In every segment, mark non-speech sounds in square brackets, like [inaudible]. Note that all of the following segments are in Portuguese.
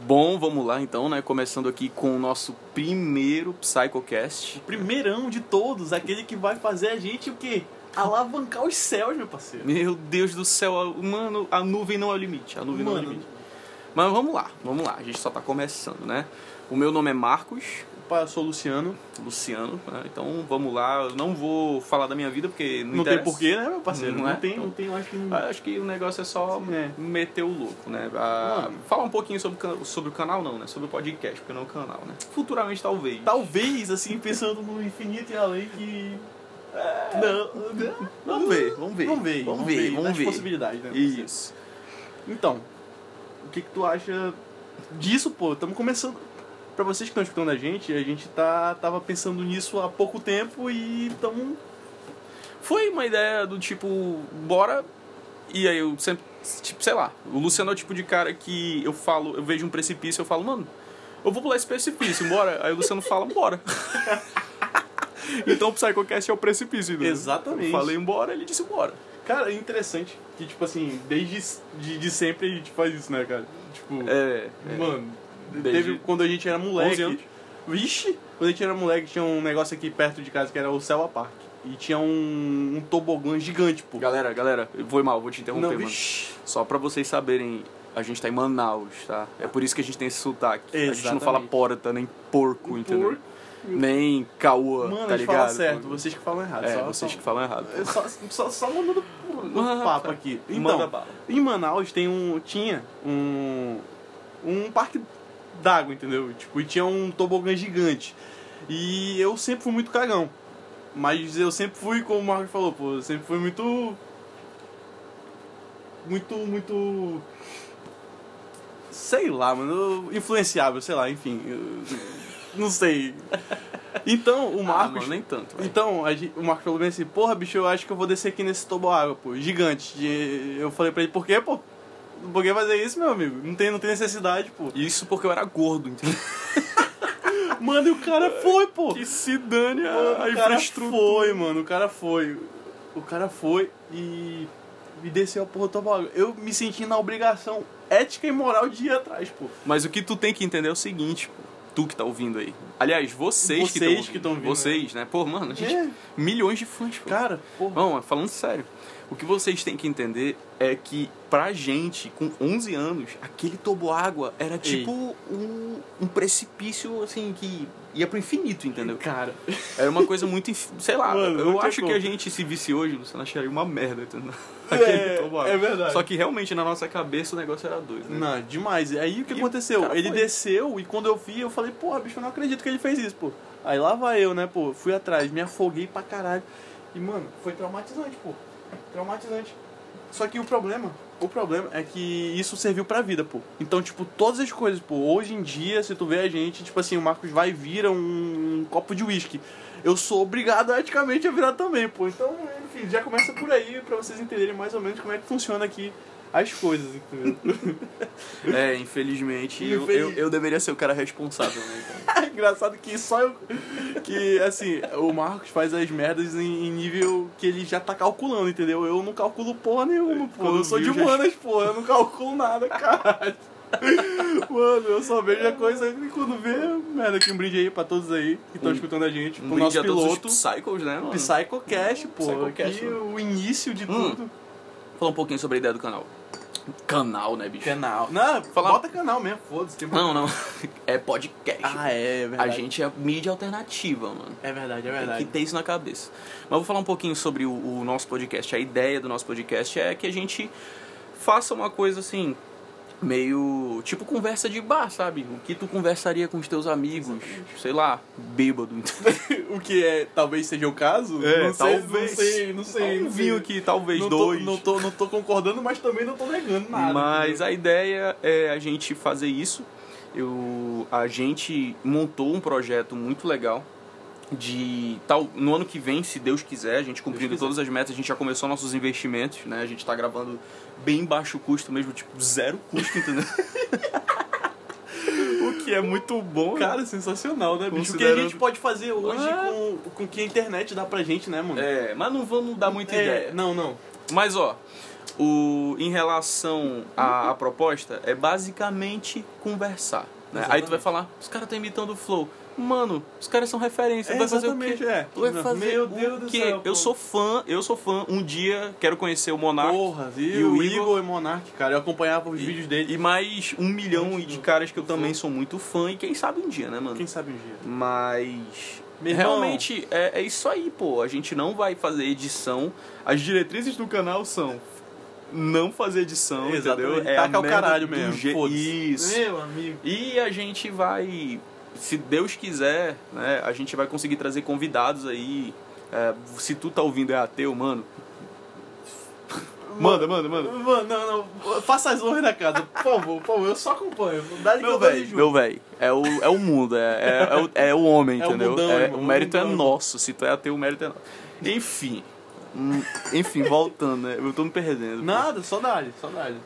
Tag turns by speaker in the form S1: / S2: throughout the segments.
S1: Bom, vamos lá então, né? Começando aqui com o nosso primeiro Psychocast.
S2: Primeirão de todos, aquele que vai fazer a gente o quê? Alavancar os céus, meu parceiro.
S1: Meu Deus do céu, a- mano, a nuvem não é o limite, a nuvem não é o
S2: Mano.
S1: limite. Mas vamos lá, vamos lá, a gente só tá começando, né? O meu nome é Marcos
S2: Opa, eu sou o Luciano.
S1: Luciano, né? então vamos lá, eu não vou falar da minha vida porque não,
S2: Não, tem
S1: interessa.
S2: porquê, né, meu parceiro?
S1: Não
S2: Não,
S1: é?
S2: tem,
S1: Então-
S2: não tem, eu acho que não.
S1: Ah, Acho que o negócio é só
S2: É.
S1: meter o louco, né? Ah,
S2: Mano.
S1: falar um pouquinho sobre, o can- sobre o canal, não, né? Sobre o podcast, porque não é o canal, né? Futuramente, talvez.
S2: Talvez, assim, pensando no infinito e além que. Não,
S1: Vamos ver, vamos ver.
S2: Vamos ver,
S1: Vamos ver, vamos
S2: das
S1: ver.
S2: possibilidades, né? parceiro?
S1: Isso.
S2: Então, o que, que tu acha disso, pô? Estamos começando. Pra vocês que estão escutando a gente, a gente tá, tava pensando nisso há pouco tempo e estamos.
S1: Foi uma ideia do tipo, bora. E aí eu sempre, tipo, sei lá, o Luciano é o tipo de cara que eu falo, eu vejo um precipício, eu falo, mano, eu vou pular esse precipício, bora. Aí o Luciano fala,
S2: [laughs]
S1: bora. então o Psychocast é o precipício, né?
S2: Exatamente.
S1: Eu falei, bora, ele disse, bora.
S2: Cara, é interessante que, tipo assim, desde s- de, de sempre a gente faz isso, né, cara? Tipo,
S1: É, é.
S2: mano,
S1: Desde
S2: teve quando a gente era moleque.
S1: 11 anos.
S2: Vixe! Quando a gente era moleque, tinha um negócio aqui perto de casa que era o Selva Park. E tinha um, um tobogã gigante, pô.
S1: Galera, galera, eu vou mal, vou te interromper,
S2: Não,
S1: mano.
S2: vixi.
S1: Só pra vocês saberem, a gente tá em Manaus, tá? É por isso que a gente tem esse sotaque. A gente não
S2: Exatamente.
S1: fala porta, tá? nem porco, entendeu?
S2: Porco.
S1: Nem caua,
S2: Mano,
S1: tá
S2: a gente fala
S1: ligado?
S2: certo, vocês que falam errado.
S1: É,
S2: só-
S1: vocês
S2: só-
S1: que falam errado.
S2: É Só, só, só mandando
S1: Manda,
S2: um papo aqui.
S1: Manda
S2: Então,
S1: bala.
S2: em Manaus tem um, tinha um, um parque d'água, entendeu? Tipo, e tinha um tobogã gigante. E eu sempre fui muito cagão. Mas eu sempre fui, como o Marcos falou, pô, eu sempre fui muito. Muito, muito. Sei lá, mano. eu- Influenciável, sei lá, enfim. eu- não
S1: [laughs]
S2: sei. Então, o
S1: Marcos,
S2: Marcos.
S1: Ah, nem tanto. velho.
S2: Então, a gen- o Marco falou bem assim, porra, bicho, eu acho que eu vou descer aqui nesse toboágua, pô, gigante. E eu falei pra ele, por quê, pô? Por que fazer isso, meu amigo? Não tem, não tem necessidade, pô.
S1: Isso porque eu era gordo, entendeu?
S2: Mano, e o cara foi, pô.
S1: se dane
S2: Mano, o cara foi, mano, o cara foi. O cara foi e me desceu a porra do toboágua. Eu me senti na obrigação ética e moral de ir atrás, pô.
S1: Mas o que tu tem que entender é o seguinte, pô. Tu que tá ouvindo aí. Aliás, vocês, que
S2: Vocês
S1: estão
S2: que tão ouvindo,
S1: Vocês, né? Pô, mano, a gente...
S2: É.
S1: Milhões de fãs, pô.
S2: Cara, porra.
S1: Bom, mas falando sério, o que vocês têm que entender é que pra gente, com 11 anos, aquele toboágua era tipo um, um precipício, assim, que ia pro infinito, entendeu?
S2: Cara,
S1: Era uma coisa muito, inf- sei lá,
S2: Mano, não
S1: eu
S2: tinha
S1: acho que
S2: como.
S1: a gente se visse hoje, Luciano, acharia uma merda, entendeu?
S2: É, é verdade.
S1: Só que realmente, na nossa cabeça, o negócio era doido, né?
S2: Não, demais. E Aí o que
S1: E o
S2: aconteceu?
S1: cara
S2: Ele
S1: foi.
S2: desceu e quando eu vi, eu falei, porra, bicho, eu não acredito que ele fez isso, pô. Aí lá vai eu, né, pô. Fui atrás, me afoguei pra caralho. E, mano, foi traumatizante, pô. Traumatizante. Só que o problema, o problema é que isso serviu pra vida, pô. Então, tipo, todas as coisas, pô. Hoje em dia, se tu vê a gente, tipo assim, o Marcos vai e vira um copo de uísque. Eu sou obrigado eticamente a virar também, pô. Então, enfim, já começa por aí pra vocês entenderem mais ou menos como é que funciona aqui as coisas, entendeu?
S1: É, infelizmente, eu-
S2: Infeliz-
S1: Eu, eu deveria ser o cara responsável, né? cara?
S2: [laughs] Engraçado que só eu. Que assim, o Marcos faz as merdas em, em nível que ele já tá calculando, entendeu? Eu não calculo porra nenhuma, pô.
S1: Quando
S2: eu sou de
S1: viu, já-
S2: humanas, porra. Eu não calculo nada, caralho. [laughs] Mano, eu só vejo a coisa e quando vê, merda, que um brinde aí pra todos aí que estão
S1: Um-
S2: escutando a gente.
S1: Um
S2: pro
S1: brinde
S2: nosso
S1: a todos os
S2: piloto.
S1: Psychos, né, mano?
S2: Psychocast, pô.
S1: Psychocast,
S2: aqui é
S1: né?
S2: o início de
S1: Hum.
S2: tudo.
S1: Falar um pouquinho sobre a ideia do canal. Canal, né, bicho?
S2: Canal. Não,
S1: Falar-
S2: bota canal mesmo, foda-se. tem-
S1: Não, [laughs] não. É podcast.
S2: Ah, é, é
S1: Hum. a
S2: verdade.
S1: gente é mídia alternativa, mano.
S2: É verdade, é
S1: Tem que
S2: verdade.
S1: ter isso na cabeça. Mas vou falar um pouquinho sobre o, o nosso podcast. A ideia do nosso podcast é que a gente faça uma coisa assim, meio tipo conversa de bar, sabe? O que tu conversaria com os teus amigos, sei lá, bêbado.
S2: O que é, talvez seja o caso?
S1: É,
S2: não sei,
S1: [laughs] talvez.
S2: Não sei, não sei.
S1: um
S2: não
S1: vinho
S2: sei.
S1: aqui, talvez
S2: não
S1: dois.
S2: Tô, não, tô, não tô concordando, mas também não tô negando nada.
S1: Mas
S2: entendeu?
S1: a ideia é a gente fazer isso. Eu, a gente montou um projeto muito legal de tal no ano que vem, se Deus quiser, a gente cumprindo
S2: Deus quiser.
S1: todas as metas, a gente já começou nossos investimentos, né? A gente tá gravando bem baixo custo mesmo, tipo zero custo,
S2: [laughs]
S1: entendeu? [laughs] o que é muito bom. né?
S2: Cara, sensacional, né, bicho? O que a
S1: Considerando-
S2: gente pode fazer hoje
S1: Ah.
S2: com, com o que a internet dá pra gente, né, mano?
S1: é, mas não vamos dar muita
S2: É,
S1: ideia.
S2: Não, não.
S1: Mas ó, O, em relação à, à proposta, é basicamente conversar. né? Aí tu vai
S2: Exatamente.
S1: falar, os caras estão imitando o Flow. Mano, os caras são referência.
S2: É,
S1: tu vai fazer o quê?
S2: exatamente, é.
S1: Tu vai
S2: Não,
S1: fazer
S2: meu
S1: o
S2: Deus do
S1: quê?
S2: céu, pô.
S1: eu sou fã, eu sou fã. Um dia quero conhecer o Monark.
S2: Porra, e,
S1: E
S2: o
S1: o
S2: Igor, e Monark, cara. Eu acompanhava os vídeos dele.
S1: E mais um milhão de caras que eu também sou muito fã. E quem sabe um dia, né, mano?
S2: Quem sabe um dia.
S1: Mas.
S2: Meu irmão.
S1: realmente é, é isso aí, pô. A gente não vai fazer edição. As diretrizes do canal são não fazer edição,
S2: Exatamente.
S1: entendeu? É
S2: Taca
S1: a
S2: o
S1: merda
S2: caralho
S1: do
S2: mesmo.
S1: je-
S2: Foda-se.
S1: Isso.
S2: Meu amigo.
S1: E a gente vai, se Deus quiser, né? A gente vai conseguir trazer convidados aí. É, se tu tá ouvindo é ateu, mano. Manda, manda, manda.
S2: Mano, não, não. Faça as honras da casa. Por favor, por favor. Eu só acompanho. Dá-lhe que
S1: Meu
S2: eu dou-lhe
S1: velho,
S2: junto.
S1: meu velho, é o, é o mundo, é, é, é o, é o homem,
S2: [laughs] É o
S1: entendeu?
S2: mundão,
S1: É,
S2: irmão,
S1: o mérito
S2: é o
S1: é
S2: mundão.
S1: nosso, se tu é ateu, o mérito é nosso. Enfim, hum, enfim,
S2: [laughs]
S1: voltando, né? Eu tô me perdendo. pô.
S2: Nada, só dá-lhe, só dá-lhe.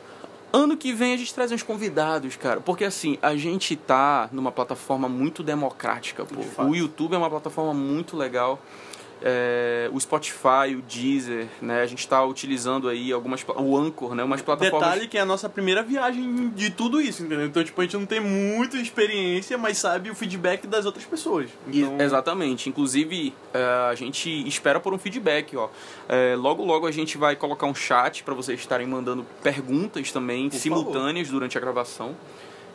S1: Ano que vem a gente traz uns convidados, cara. Porque assim, a gente tá numa plataforma muito democrática, pô.
S2: De fato.
S1: O YouTube é uma plataforma muito legal. É, o Spotify, o Deezer, né? A gente tá utilizando aí algumas... pla- O Anchor, né? Umas plataformas...
S2: Detalhe que é a nossa primeira viagem de tudo isso, entendeu? Então, tipo, a gente não tem muita experiência, mas sabe o feedback das outras pessoas.
S1: E-
S2: Então,
S1: Exatamente. Inclusive, é, a gente espera por um feedback, ó. É, logo, logo a gente vai colocar um chat para vocês estarem mandando perguntas também,
S2: Por
S1: simultâneas, durante a gravação.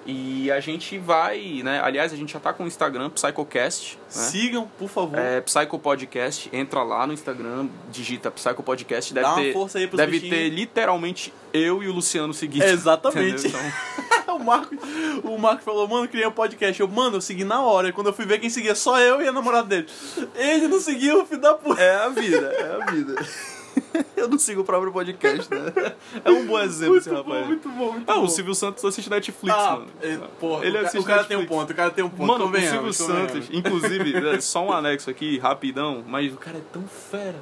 S1: E a gente vai, né? Aliás, a gente já tá com o Instagram, PsychoCast, né?
S2: Sigam, por favor.
S1: É, Psycho Podcast, entra lá no Instagram, digita Psycho Podcast, deve
S2: Dá uma
S1: ter,
S2: força aí pros
S1: deve
S2: bichinhos.
S1: ter literalmente eu e o Luciano seguindo.
S2: Exatamente.
S1: entendeu? Então,
S2: [laughs] o, Marco, o Marco falou, mano, criei um podcast. Eu, mano, eu segui na hora. E Quando eu fui ver quem seguia, só eu e a namorada dele. Ele não seguiu, filho da puta.
S1: É a vida, é a
S2: [laughs]
S1: vida. Eu não sigo o próprio podcast, né? É um bom exemplo esse
S2: Muito
S1: rapaz.
S2: bom, muito bom, muito
S1: ah,
S2: bom.
S1: o Silvio Santos assiste Netflix,
S2: Ah,
S1: mano.
S2: é, porra,
S1: Ele
S2: o, ca-
S1: assiste
S2: o cara
S1: Netflix.
S2: tem um ponto, o cara tem um ponto.
S1: Mano, o Silvio
S2: convenhamos,
S1: Santos, inclusive,
S2: [laughs]
S1: é, só um anexo aqui, rapidão, mas o cara é tão fera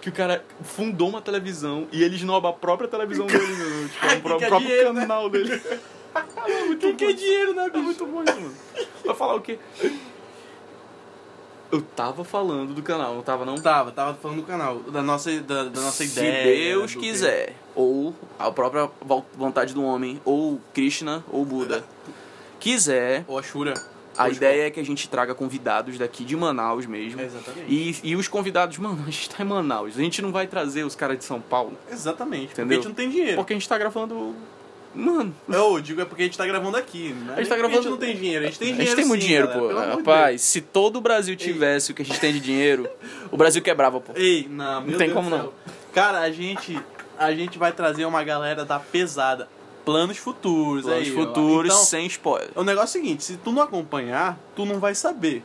S1: que o cara fundou uma televisão e ele esnoba a própria televisão dele, mano.
S2: [laughs]
S1: Tipo,
S2: Ai,
S1: o pró-
S2: que que é
S1: próprio
S2: dinheiro, né?
S1: canal dele.
S2: [laughs] Quem quer dinheiro, né,
S1: É
S2: bicho?
S1: muito bom isso, mano. Vai falar o quê? Eu tava falando do canal, não tava não?
S2: Tava, tava falando do canal, da nossa, da, da nossa
S1: Se
S2: ideia. né,
S1: Deus
S2: do que-
S1: quiser, ou a própria vo- vontade do homem, ou Krishna, ou Buda, quiser,
S2: Ou a Shura.
S1: a
S2: Hoje,
S1: ideia é que a gente traga convidados daqui de Manaus mesmo.
S2: Exatamente.
S1: E, e os convidados, mano, a gente tá em Manaus, a gente não vai trazer os caras de São Paulo,
S2: Exatamente. Porque a
S1: Entendeu?
S2: gente não tem dinheiro.
S1: porque a gente tá gravando. Mano,
S2: Eu digo é porque a gente tá gravando aqui. né?
S1: A gente tá
S2: Porque A gente
S1: gravando-
S2: não tem dinheiro, a gente tem
S1: a
S2: dinheiro.
S1: gente tem muito
S2: sim,
S1: dinheiro,
S2: galera,
S1: pô.
S2: pelo amor de
S1: Rapaz, se todo o Brasil tivesse o que a gente tem de dinheiro, o Brasil quebrava, pô.
S2: Deus. Ei, não, meu
S1: Não tem
S2: Deus
S1: como
S2: do céu. Cara, a gente, a gente vai trazer uma galera da pesada. Planos futuros
S1: Planos
S2: aí. ó.
S1: futuros,
S2: Então,
S1: sem spoiler.
S2: O negócio é o seguinte, se tu não acompanhar, tu não vai saber.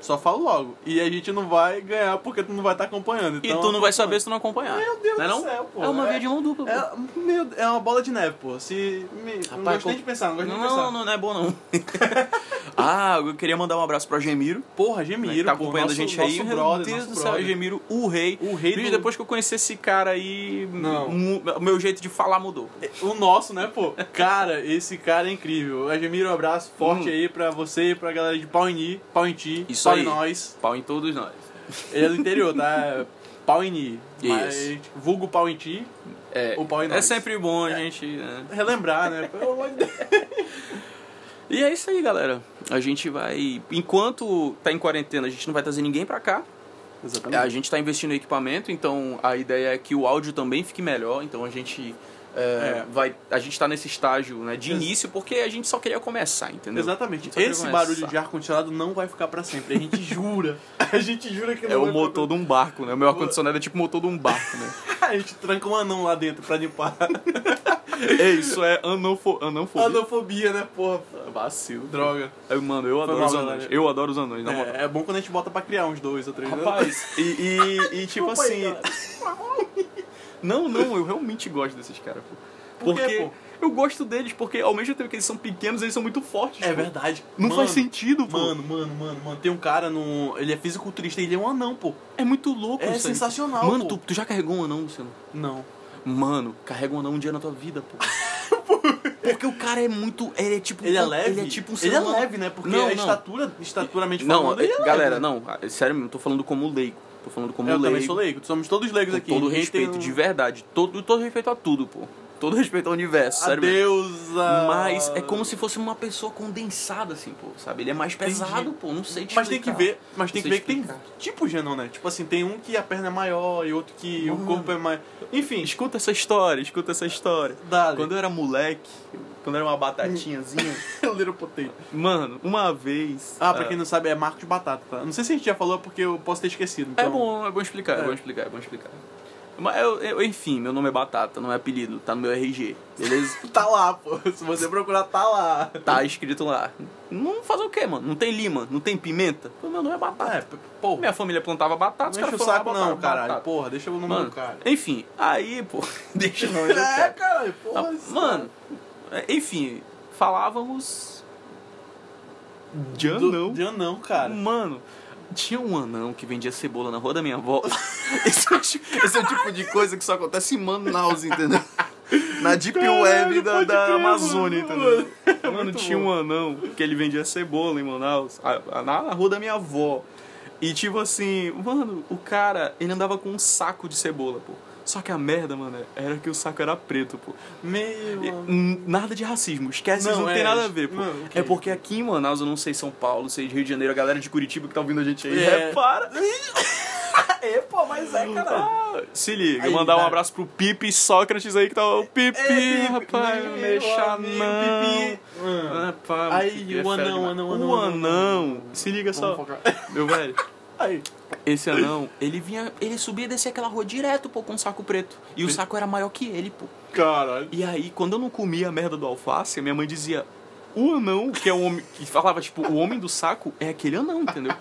S2: Só falo logo. E a gente não vai ganhar porque tu não vai estar acompanhando.
S1: E
S2: Então,
S1: tu não vai saber se tu não acompanhar.
S2: Meu Deus
S1: Não é
S2: do
S1: não?
S2: céu, pô.
S1: É uma
S2: É-
S1: via de mão dupla, pô.
S2: É, meu, é uma bola de neve, pô. Se. Me, não
S1: Rapaz,
S2: gosto nem
S1: com-
S2: de pensar, não gosto
S1: Não,
S2: nem de pensar.
S1: não, não, não é bom não. [laughs] ah, eu queria mandar um abraço pra Gemiro.
S2: Porra,
S1: né,
S2: Gemiro,
S1: que tá
S2: pô,
S1: acompanhando
S2: nosso-
S1: a gente aí.
S2: Nosso brother,
S1: meu Deus
S2: nosso
S1: do céu,
S2: brother.
S1: Gemiro, o rei.
S2: O rei
S1: Bicho,
S2: do-
S1: depois que eu conheci esse cara aí,
S2: Não.
S1: mu- o meu jeito de falar mudou.
S2: O nosso, né, pô? Cara, esse cara é incrível. A Gemiro, um abraço forte
S1: Hum.
S2: aí pra você e pra galera de Pau em Ni, Pau em Ti,
S1: Isso
S2: Pau em
S1: aí.
S2: Nós.
S1: Pau em todos nós.
S2: Ele é do
S1: [laughs]
S2: interior, tá? Pau em Ni. Mas
S1: Isso.
S2: vulgo Pau em Ti,
S1: É,
S2: o Pau em Nós.
S1: é sempre bom a gente. né?
S2: Relembrar, né? Pelo amor de Deus.
S1: [laughs] E é isso aí, galera. A gente vai. Enquanto tá em quarentena, a gente não vai trazer ninguém pra cá.
S2: Exatamente.
S1: A gente tá investindo em equipamento, então a ideia é que o áudio também fique melhor. Então a gente é,
S2: É.
S1: vai, a gente tá nesse estágio, né, de
S2: Ex-
S1: início, porque a gente só queria começar, entendeu?
S2: Exatamente.
S1: Só queria
S2: Esse
S1: começar.
S2: barulho de ar condicionado não vai ficar pra sempre. A gente jura. [laughs] A gente jura que não
S1: É
S2: vai
S1: o
S2: ficar pra
S1: motor de um barco, né? O meu ar-condicionado é tipo o motor de um barco, né?
S2: [laughs] A gente tranca um anão lá dentro pra limpar.
S1: [laughs] é, isso é anofo, anofobia.
S2: Anofobia, né, porra?
S1: Vacilo.
S2: Droga.
S1: É, Mano, eu adoro
S2: mal,
S1: os anões.
S2: galera.
S1: Eu adoro os anões, na moral.
S2: É, é bom quando a gente bota pra criar uns dois ou três. né?
S1: Rapaz, e, [laughs] e- e tipo
S2: Desculpa aí,
S1: assim.
S2: galera.
S1: Não, não, eu realmente gosto desses caras, pô.
S2: Por quê,
S1: Porque
S2: pô?
S1: eu gosto deles, porque ao mesmo tempo que eles são pequenos, eles são muito fortes.
S2: É
S1: pô.
S2: verdade.
S1: Não
S2: Mano,
S1: faz sentido, pô.
S2: Mano, mano, mano, mano. Tem um cara no. Ele é fisiculturista e ele é um anão, pô.
S1: É muito louco
S2: É
S1: isso aí.
S2: sensacional,
S1: Mano,
S2: pô.
S1: tu, tu já carregou um anão, Luciano?
S2: Não.
S1: Mano, carrega um anão um dia na tua vida,
S2: [laughs]
S1: pô. Porque o cara é muito. Ele é tipo.
S2: Ele é
S1: um-
S2: leve.
S1: Ele é tipo um ser
S2: Ele é
S1: humano.
S2: leve, né? Porque
S1: Não, não.
S2: a estatura, estaturamente
S1: Não, ah,
S2: falando, ele é leve,
S1: galera,
S2: né?
S1: não. Sério mesmo, tô falando como leigo. tô falando como
S2: Eu
S1: leigo.
S2: também sou leigo, somos todos leigos
S1: Com
S2: aqui.
S1: todo
S2: ninguém tem
S1: respeito,
S2: um-
S1: de verdade. Todo, todo respeito a tudo, pô. Todo respeito ao universo,
S2: A
S1: sério mesmo.
S2: deusa.
S1: Mas é como se fosse uma pessoa condensada, assim, pô, sabe? Ele é mais
S2: Entendi.
S1: pesado, pô, não sei te
S2: Mas tem que
S1: explicar.
S2: ver, mas tem que
S1: Sei
S2: ver que tem
S1: explicar.
S2: tipos de anão, né? Tipo assim, tem um que a perna é maior e outro que o
S1: Mano.
S2: corpo é maior. Enfim,
S1: Escuta essa história, escuta essa história.
S2: dá.
S1: Quando é
S2: Quando
S1: eu era moleque, quando eu era uma
S2: [laughs]
S1: batatinhazinha,
S2: eu little potato.
S1: mano, uma vez.
S2: Ah, pra quem não sabe, é Marcos Batata, tá? Não sei se a gente já falou porque eu posso ter esquecido.
S1: É
S2: então-
S1: bom, é bom explicar, é,
S2: É.
S1: bom explicar, é bom explicar. Mas eu, eu- enfim, meu nome é Batata, não é apelido, tá no meu RG, beleza?
S2: [laughs] Tá lá, pô. Se você procurar, tá lá.
S1: tá escrito lá. Não fazer o quê, mano? Não tem lima, não tem pimenta? Pô, meu nome é Batata.
S2: É, p- porra.
S1: Minha família plantava batata, os
S2: Não
S1: caras
S2: enche o
S1: foram lá
S2: saco
S1: botaram
S2: não, caralho.
S1: batata.
S2: Porra, deixa o nome
S1: Mano,
S2: do cara.
S1: enfim, aí, pô, [laughs] deixa
S2: [laughs]
S1: o nome do
S2: É, assim.
S1: cara.
S2: caralho, porra.
S1: Ah, Mano, é, enfim, falávamos de
S2: não.
S1: anão.
S2: De anão, cara.
S1: Mano, tinha um anão que vendia cebola na rua da minha avó. [laughs] Esse é, o ti- esse é o tipo de coisa que só acontece em Manaus, entendeu? Na Deep
S2: Caralho,
S1: Web da,
S2: pode
S1: da
S2: crer,
S1: Amazônia,
S2: mano. é
S1: entendeu? Mano,
S2: Muito
S1: tinha
S2: bom.
S1: um anão que ele vendia cebola em Manaus, a- a- na, na rua da minha avó. E tipo assim, mano, o cara, ele andava com um saco de cebola, pô. Só que a merda, mano, era que o saco era preto, pô.
S2: Meu
S1: E,
S2: amigo.
S1: n- Nada de racismo, esquece, isso
S2: Não,
S1: não
S2: é,
S1: tem nada a ver, pô.
S2: não, ok.
S1: É porque aqui em Manaus, eu não sei São Paulo, sei de Rio de Janeiro, a galera de Curitiba que tá ouvindo a gente aí,
S2: É.
S1: [laughs] repara.
S2: É, [laughs] pô, mas é, caralho.
S1: Ah, se liga,
S2: Aí,
S1: mandar um
S2: cara.
S1: abraço pro Pipe Sócrates aí que tá. O Pipi,
S2: Pipi,
S1: rapaz,
S2: meu
S1: não mexa
S2: amigo,
S1: não.
S2: Pipi. Hum.
S1: Rapaz,
S2: Aí,
S1: Pipi é
S2: o
S1: fera
S2: anão,
S1: demais.
S2: anão,
S1: O anão.
S2: anão, anão.
S1: Se liga só.
S2: Vamos focar.
S1: Meu velho,
S2: Aí.
S1: esse anão, ele vinha, ele subia e descia aquela rua direto, pô, com um saco preto. E o saco era maior que ele, pô.
S2: Caralho.
S1: E aí, quando eu não comia a merda do alface, a minha mãe dizia. O anão, que é o homem. que falava, tipo, o homem do saco é aquele anão, entendeu?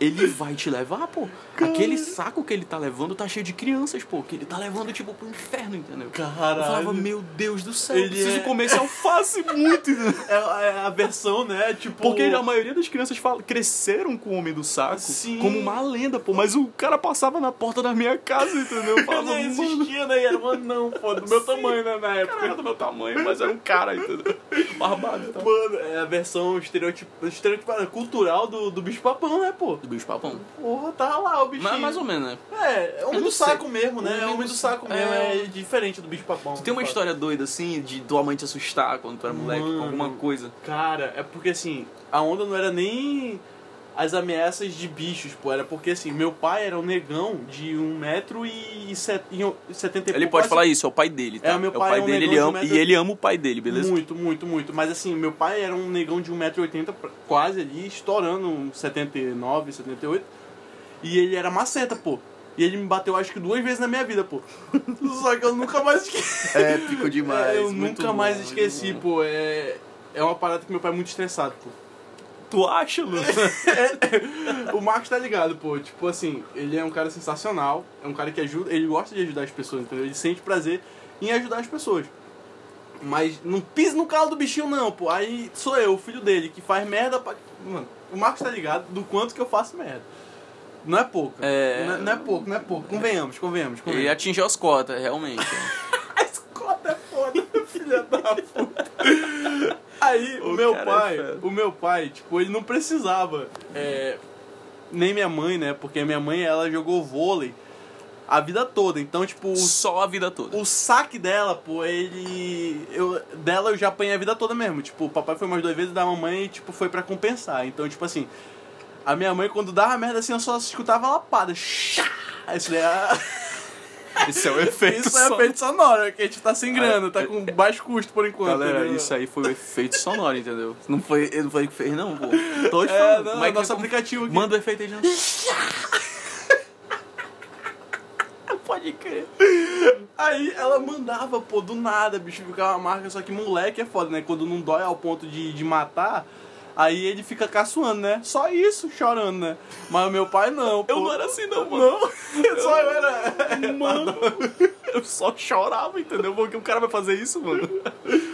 S1: Ele vai te levar, pô. Aquele saco que ele tá levando tá cheio de crianças, pô. Que ele tá levando, tipo, pro inferno, entendeu? Eu falava,
S2: Caralho.
S1: meu Deus do céu, eu
S2: Ele
S1: preciso
S2: é-
S1: comer esse alface muito, entendeu?
S2: [laughs] É, é a versão, né? Tipo.
S1: Porque é um a maioria das crianças fala- cresceram com o homem do saco
S2: Sim.
S1: como uma lenda, pô. Mas o cara passava na porta da minha casa, entendeu? Eu falava,
S2: não
S1: mano,
S2: existia, né? E era um anão, pô, do meu
S1: Sim.
S2: tamanho, né, na
S1: o cara
S2: época.
S1: era do meu tamanho, mas era um cara, entendeu? Barbado e tal.
S2: Mano, é a versão estereotip... estereotipada, cultural do, do bicho papão, né, pô?
S1: Do bicho papão.
S2: Porra, tá lá o bichinho.
S1: Mas mais ou menos, né?
S2: É, é
S1: Eu
S2: homem
S1: não
S2: do
S1: sei.
S2: saco mesmo, né?
S1: Homem
S2: É homem
S1: do
S2: do saco
S1: saco.
S2: mesmo,
S1: É.
S2: é diferente do bicho papão.
S1: Tu tem uma
S2: de fato.
S1: história doida assim, de tua mãe te assustar quando tu era moleque, com
S2: Mano.
S1: alguma coisa.
S2: Cara, é porque assim, a onda não era nem as ameaças de bichos, pô. Era porque assim, meu pai era um negão de 1,70m.
S1: Ele pode falar isso, é o pai dele, tá?
S2: É, o meu pai
S1: pai
S2: é um
S1: dele, ele
S2: negão de
S1: ama,
S2: um
S1: e
S2: metro-
S1: ele ama o pai dele, beleza?
S2: Muito, muito, muito. Mas assim, meu pai era um negão de 1,80m, quase ali, estourando um 79, 78. E ele era maceta, pô. E ele me bateu acho que duas vezes na minha vida, pô. [laughs] Só que eu nunca mais esqueci.
S1: [laughs] Épico
S2: É, [laughs] eu
S1: muito
S2: nunca
S1: bom,
S2: mais
S1: muito
S2: esqueci,
S1: bom.
S2: pô. É, é uma parada que meu pai é muito estressado, pô.
S1: Tu acha, Lu?
S2: [laughs] O Marcos tá ligado, pô. Tipo assim, ele é um cara sensacional, é um cara que ajuda, ele gosta de ajudar as pessoas, entendeu? Ele sente prazer em ajudar as pessoas. Mas não pisa no calo do bichinho, não, pô. Aí sou eu, o filho dele, que faz merda pra. Mano, o Marcos tá ligado do quanto que eu faço merda. Não é pouco.
S1: É.
S2: Não, não é pouco, não é pouco. Convenhamos, convenhamos,
S1: [laughs] Ele
S2: convenhamos.
S1: atingiu as cotas, realmente.
S2: A escota é foda, [laughs] filha da puta.
S1: [laughs]
S2: Aí, o,
S1: O
S2: meu
S1: cara é
S2: pai,
S1: fera.
S2: o meu pai, tipo, ele não precisava. é, nem minha mãe, né? Porque minha mãe, ela jogou vôlei a vida toda. Então, tipo, o,
S1: Só a vida toda. [laughs]
S2: o saque dela, pô, ele. Eu, dela eu já apanhei a vida toda mesmo. Tipo, o papai foi umas duas vezes da mamãe, tipo, foi pra compensar. Então, tipo assim. A minha mãe, quando dava merda assim, eu só escutava a lapada. Chá! Isso daí é-
S1: Esse é
S2: [laughs]
S1: o efeito
S2: isso é
S1: sonoro.
S2: efeito sonoro, que a gente tá sem grana,
S1: Ah,
S2: tá com baixo custo por enquanto.
S1: Galera,
S2: entendeu?
S1: isso aí foi o efeito sonoro, entendeu? Não foi, não foi ele que fez, não,
S2: [laughs]
S1: pô. Tô te
S2: É,
S1: falando.
S2: não,
S1: Mas
S2: é nosso
S1: como-
S2: aplicativo aqui.
S1: Manda o efeito
S2: [laughs]
S1: aí, já. Pode crer.
S2: Aí ela mandava, pô, do nada, bicho, ficava uma marca, só que moleque é foda, né? Quando não dói ao ponto de, de matar, aí ele fica caçoando, né? Só isso, chorando, né? Mas o meu pai não, pô.
S1: Eu não era assim, não, mano.
S2: só eu era.
S1: Mano, eu só chorava, entendeu? Porque o cara vai fazer isso, mano.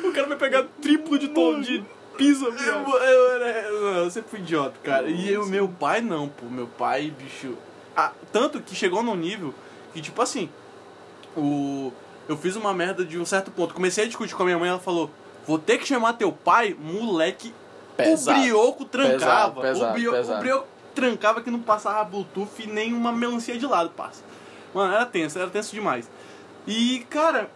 S1: O cara vai pegar triplo de tom de pizza, viado.
S2: Eu, eu era. não, eu sempre fui idiota, cara. E o meu pai não, pô. Meu pai, bicho. Ah, tanto que chegou num nível que, tipo assim, o. Eu fiz uma merda de um certo ponto. Comecei a discutir com a minha mãe, ela falou: vou ter que chamar teu pai, moleque.
S1: Pesado.
S2: O brioco trancava.
S1: Pesado, pesado,
S2: o, brioco,
S1: pesado.
S2: o brioco trancava que não passava Bluetooth nem uma melancia de lado, passa. Mano, era tenso, era tenso demais. E, cara,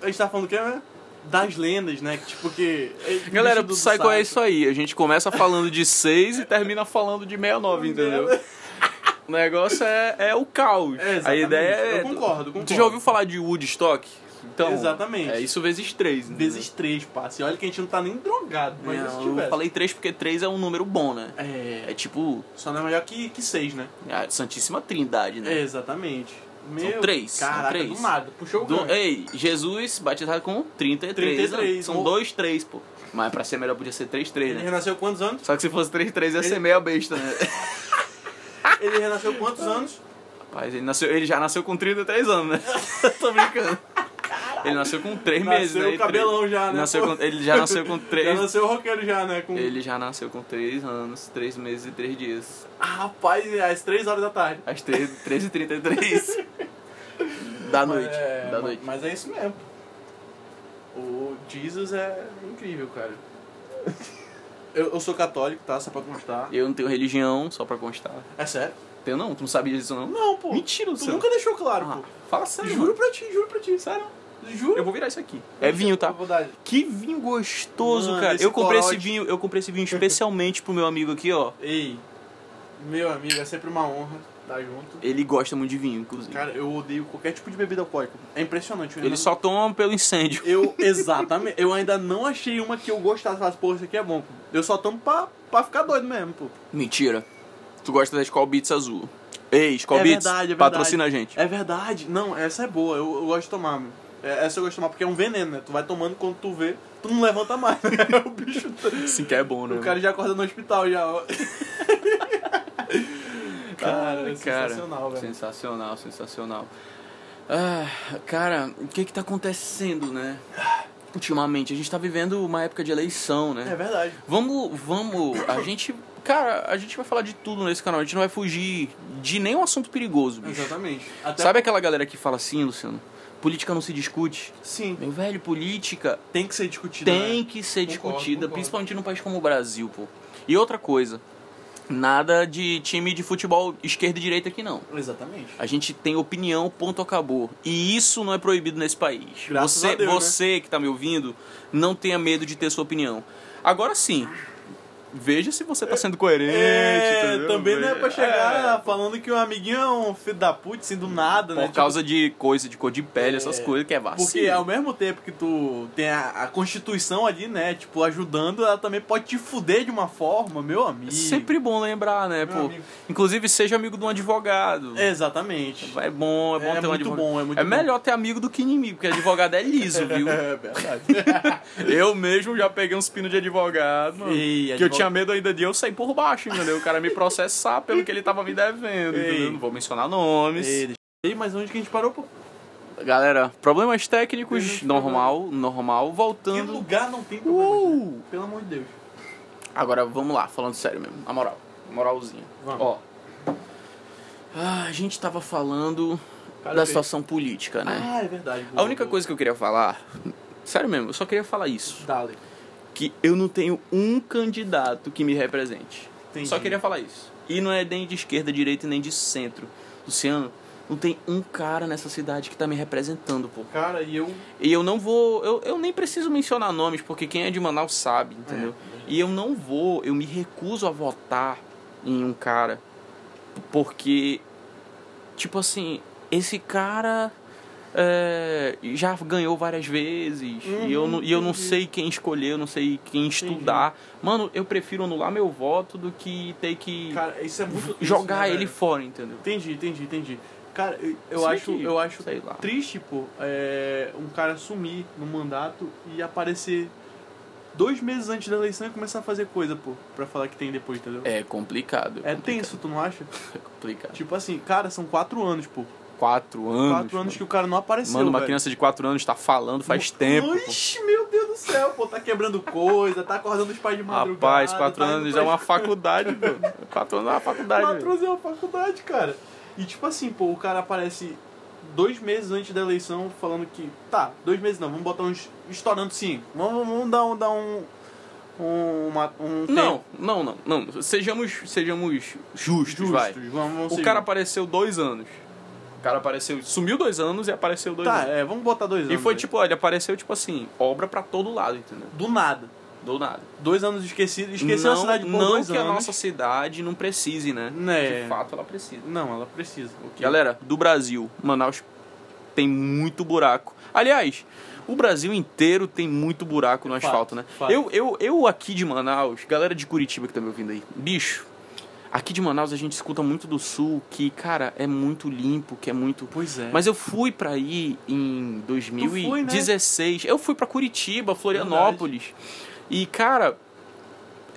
S2: a gente tá falando o quê, né? Das lendas, né? Que, tipo que. é,
S1: Galera,
S2: bicho do
S1: Psycho é
S2: saco.
S1: isso aí. A gente começa falando de 6 e termina falando de 69, entendeu? O negócio é, é o caos.
S2: É,
S1: a
S2: exatamente.
S1: ideia é.
S2: Eu concordo, concordo.
S1: Tu já ouviu falar de Woodstock? Então,
S2: Exatamente.
S1: É isso vezes 3.
S2: Vezes três, passa. E olha que a gente não tá nem drogado, mas se
S1: Não,
S2: tivesse.
S1: eu falei 3 porque 3 é um número bom, né? É
S2: É.
S1: tipo é
S2: Só não é melhor que, que seis, né?
S1: a Santíssima Trindade,
S2: É,
S1: né?
S2: Exatamente. Meu,
S1: três, são
S2: Caraca,
S1: três.
S2: do nada. Puxou o
S1: Do-
S2: gancho.
S1: ei, Jesus batizado com 33.
S2: 33,
S1: né? São
S2: mo-
S1: dois três, pô. Mas pra ser melhor podia ser 3-3,
S2: Ele
S1: né?
S2: renasceu quantos anos?
S1: Só que se fosse 3-3 ia ser
S2: Ele- É.
S1: meia besta, né?
S2: Ele renasceu quantos anos?
S1: [laughs] Rapaz, ele, nasceu, ele já nasceu com 33 anos, né? [laughs] Tô brincando. Ele nasceu com 3 meses, né?
S2: Nasceu
S1: E
S2: o
S1: três-
S2: cabelão já, né?
S1: nasceu
S2: Pô.
S1: com- ele já nasceu com
S2: [laughs] Já
S1: 3.
S2: nasceu o roqueiro já, né? Com...
S1: Ele já nasceu com 3 anos, 3 meses e 3 dias.
S2: Ah, rapaz, é às 3 horas da tarde.
S1: Às
S2: [laughs]
S1: 3h33. da noite.
S2: É,
S1: da
S2: ma-
S1: noite.
S2: Mas é isso mesmo. O Jesus é incrível, cara. [laughs] Eu, eu sou católico, tá? Só pra constar.
S1: Eu não tenho religião, só pra constar.
S2: É sério?
S1: Tenho não? Tu não sabia disso não?
S2: Não, pô.
S1: Mentira,
S2: Tu
S1: você.
S2: nunca deixou claro,
S1: Ah,
S2: pô.
S1: fala sério.
S2: Juro
S1: mano.
S2: pra ti, juro pra ti. Sério? Juro.
S1: Eu vou virar isso aqui. É vinho, tá?
S2: Eu vou dar-
S1: Que vinho gostoso,
S2: Mano,
S1: cara.
S2: esse
S1: Eu comprei esse
S2: corote.
S1: vinho, eu comprei esse vinho especialmente pro meu amigo aqui, ó.
S2: Ei, meu amigo, é sempre uma honra estar junto.
S1: Ele gosta muito de vinho, inclusive.
S2: Cara, eu odeio qualquer tipo de bebida alcoólica. É impressionante. eu
S1: Ele
S2: ainda-
S1: só toma pelo incêndio.
S2: Eu, exatamente. Eu ainda não achei uma que eu gostasse. Falasse, pô, isso aqui é bom. pô. Eu só tomo pra, pra ficar doido mesmo, pô.
S1: Mentira. Tu gosta da Skol Beats azul. Ei, Skol
S2: É
S1: Beats,
S2: verdade, é verdade.
S1: patrocina a gente.
S2: É verdade. Não, essa é boa. Eu, eu gosto de tomar, meu. É, Essa eu gosto de tomar porque é um veneno, né? Tu vai tomando quando tu vê, tu não levanta mais. Né? [laughs] O bicho. tá-
S1: Sim que é bom, né?
S2: O cara já acorda no hospital
S1: [laughs]
S2: já. ó. Cara,
S1: Ah,
S2: é sensacional, velho.
S1: Sensacional, sensacional. Ah, cara, o que que tá acontecendo, né? Ultimamente, a gente tá vivendo uma época de eleição, né?
S2: É verdade.
S1: Vamos, vamos. A gente. Cara, a gente vai falar de tudo nesse canal. A gente não vai fugir de nenhum assunto perigoso, bicho.
S2: Exatamente. Até
S1: Sabe aquela galera que fala assim, Luciano? Política não se discute.
S2: Sim.
S1: Meu velho, política
S2: Tem que ser discutido.
S1: tem
S2: né?
S1: que ser
S2: Concordo,
S1: discutida,
S2: concordo.
S1: principalmente num país como o Brasil, pô. E outra coisa, nada de time de futebol esquerda e direita aqui não.
S2: né? Exatamente.
S1: A gente tem opinião, ponto acabou. E isso não é proibido nesse país.
S2: Graças
S1: você
S2: a Deus, né?
S1: você que tá me ouvindo, não tenha medo de ter sua opinião. Agora sim, veja se você tá sendo coerente.
S2: É,
S1: entendeu?
S2: também não é pra
S1: É,
S2: chegar falando que o amiguinho é um filho da puta, assim, do nada,
S1: por
S2: né?
S1: causa de coisa de cor de pele, essas
S2: É,
S1: coisas que é
S2: Tipo,
S1: vacilo.
S2: porque ao mesmo tempo que tu tem a, a Constituição ali, né, tipo, ajudando, ela também pode te fuder de uma forma, meu amigo.
S1: É sempre bom lembrar, né,
S2: Meu
S1: pô?
S2: amigo.
S1: Inclusive, seja amigo de um advogado. [laughs]
S2: Exatamente.
S1: É bom, é bom
S2: É
S1: ter um
S2: muito
S1: advogado.
S2: bom, é muito bom.
S1: melhor ter amigo do que inimigo, porque advogado é
S2: [laughs]
S1: liso, viu?
S2: É verdade.
S1: eu mesmo já peguei uns pinos de advogado, mano.
S2: Ei,
S1: que eu
S2: advogado-
S1: tinha medo ainda de eu sair por baixo, entendeu? O cara me processar pelo que ele tava me devendo,
S2: Ei.
S1: entendeu? Não vou mencionar nomes.
S2: Ei, deixa... Ei, mas onde que a gente parou, pô?
S1: Galera, problemas técnicos,
S2: Tem muito
S1: normal, normal,
S2: Que
S1: voltando.
S2: lugar não tem problema, né?
S1: Uh!
S2: Pelo amor de Deus.
S1: Agora vamos lá, falando sério mesmo, na moral. Moralzinha.
S2: Vamos.
S1: Ó. Ah, a gente tava falando
S2: Cara,
S1: da
S2: eu-
S1: situação política, né?
S2: Ah, é verdade.
S1: A
S2: boa,
S1: única
S2: boa.
S1: coisa que eu queria falar, sério mesmo, eu só queria falar isso,
S2: Dale.
S1: que eu não tenho um candidato que me represente.
S2: Entendi.
S1: Só queria falar isso. E não é nem de esquerda, direita, nem de centro. Luciano, não tem um cara nessa cidade que tá me representando, pô.
S2: Cara, e eu...
S1: E eu não vou, eu, eu nem preciso mencionar nomes, porque quem é de Manaus sabe, entendeu? E eu não vou, eu me recuso a votar em um cara, porque, tipo assim, esse cara é, já ganhou várias vezes, e, eu, não- e eu não
S2: Uhum, entendi.
S1: sei quem escolher, eu não sei quem estudar. Mano, eu prefiro anular meu voto do que ter que
S2: Cara, isso é muito... triste,
S1: jogar
S2: né,
S1: ele
S2: velho?
S1: fora, entendeu?
S2: Entendi, entendi, entendi. Cara, eu, eu
S1: Se bem
S2: acho,
S1: que-
S2: eu acho
S1: sei lá.
S2: triste, pô, é, um cara sumir no mandato e aparecer dois meses antes da eleição e começar a fazer coisa, pô, pra falar que tem depois, entendeu?
S1: É complicado.
S2: É,
S1: complicado,
S2: tenso, tu não acha?
S1: É complicado.
S2: Tipo assim, cara, são quatro anos, pô.
S1: Quatro anos.
S2: quatro anos
S1: mano.
S2: que o cara não apareceu.
S1: Mano, uma
S2: velho.
S1: criança de 4 anos tá falando faz tempo. pô.
S2: Ixi, meu Deus do céu, pô, tá quebrando coisa, tá acordando os pais de madrugada.
S1: Rapaz, 4
S2: tá indo
S1: anos
S2: pra
S1: é uma faculdade, mano.
S2: [laughs]
S1: 4 anos é uma faculdade.
S2: Quatro
S1: velho.
S2: anos é uma faculdade, cara. E tipo assim, pô, o cara aparece dois meses antes da eleição falando que. Tá, dois meses não, vamos botar uns. estourando cinco. Vamos, vamos dar um. Dar um um, uma, um
S1: Não, não, não, não. Sejamos, sejamos justos,
S2: tempo
S1: vai.
S2: justo. Vamos, vamos
S1: O
S2: seguir.
S1: cara apareceu dois anos. O cara apareceu, sumiu dois anos e apareceu dois
S2: Tá,
S1: anos.
S2: é, vamos botar dois anos.
S1: E foi
S2: aí.
S1: tipo, ó, ele apareceu tipo assim, obra pra todo lado, entendeu?
S2: Do nada.
S1: Do nada.
S2: Dois anos esquecidos. Esqueceu
S1: não,
S2: a cidade por
S1: Não
S2: dois
S1: que
S2: anos.
S1: a nossa cidade não precise, né?
S2: Né.
S1: De fato, ela precisa.
S2: Não, ela precisa.
S1: Galera, do Brasil, Manaus tem muito buraco. Aliás, o Brasil inteiro tem muito buraco no
S2: Fato,
S1: asfalto, né?
S2: fato.
S1: Eu, eu, eu aqui de Manaus, galera de Curitiba que tá me ouvindo aí, bicho, aqui de Manaus a gente escuta muito do sul que, cara, é muito limpo, que é muito.
S2: Pois é.
S1: Mas eu fui pra aí
S2: né?
S1: em 2016. Eu fui pra Curitiba, Florianópolis. E, cara,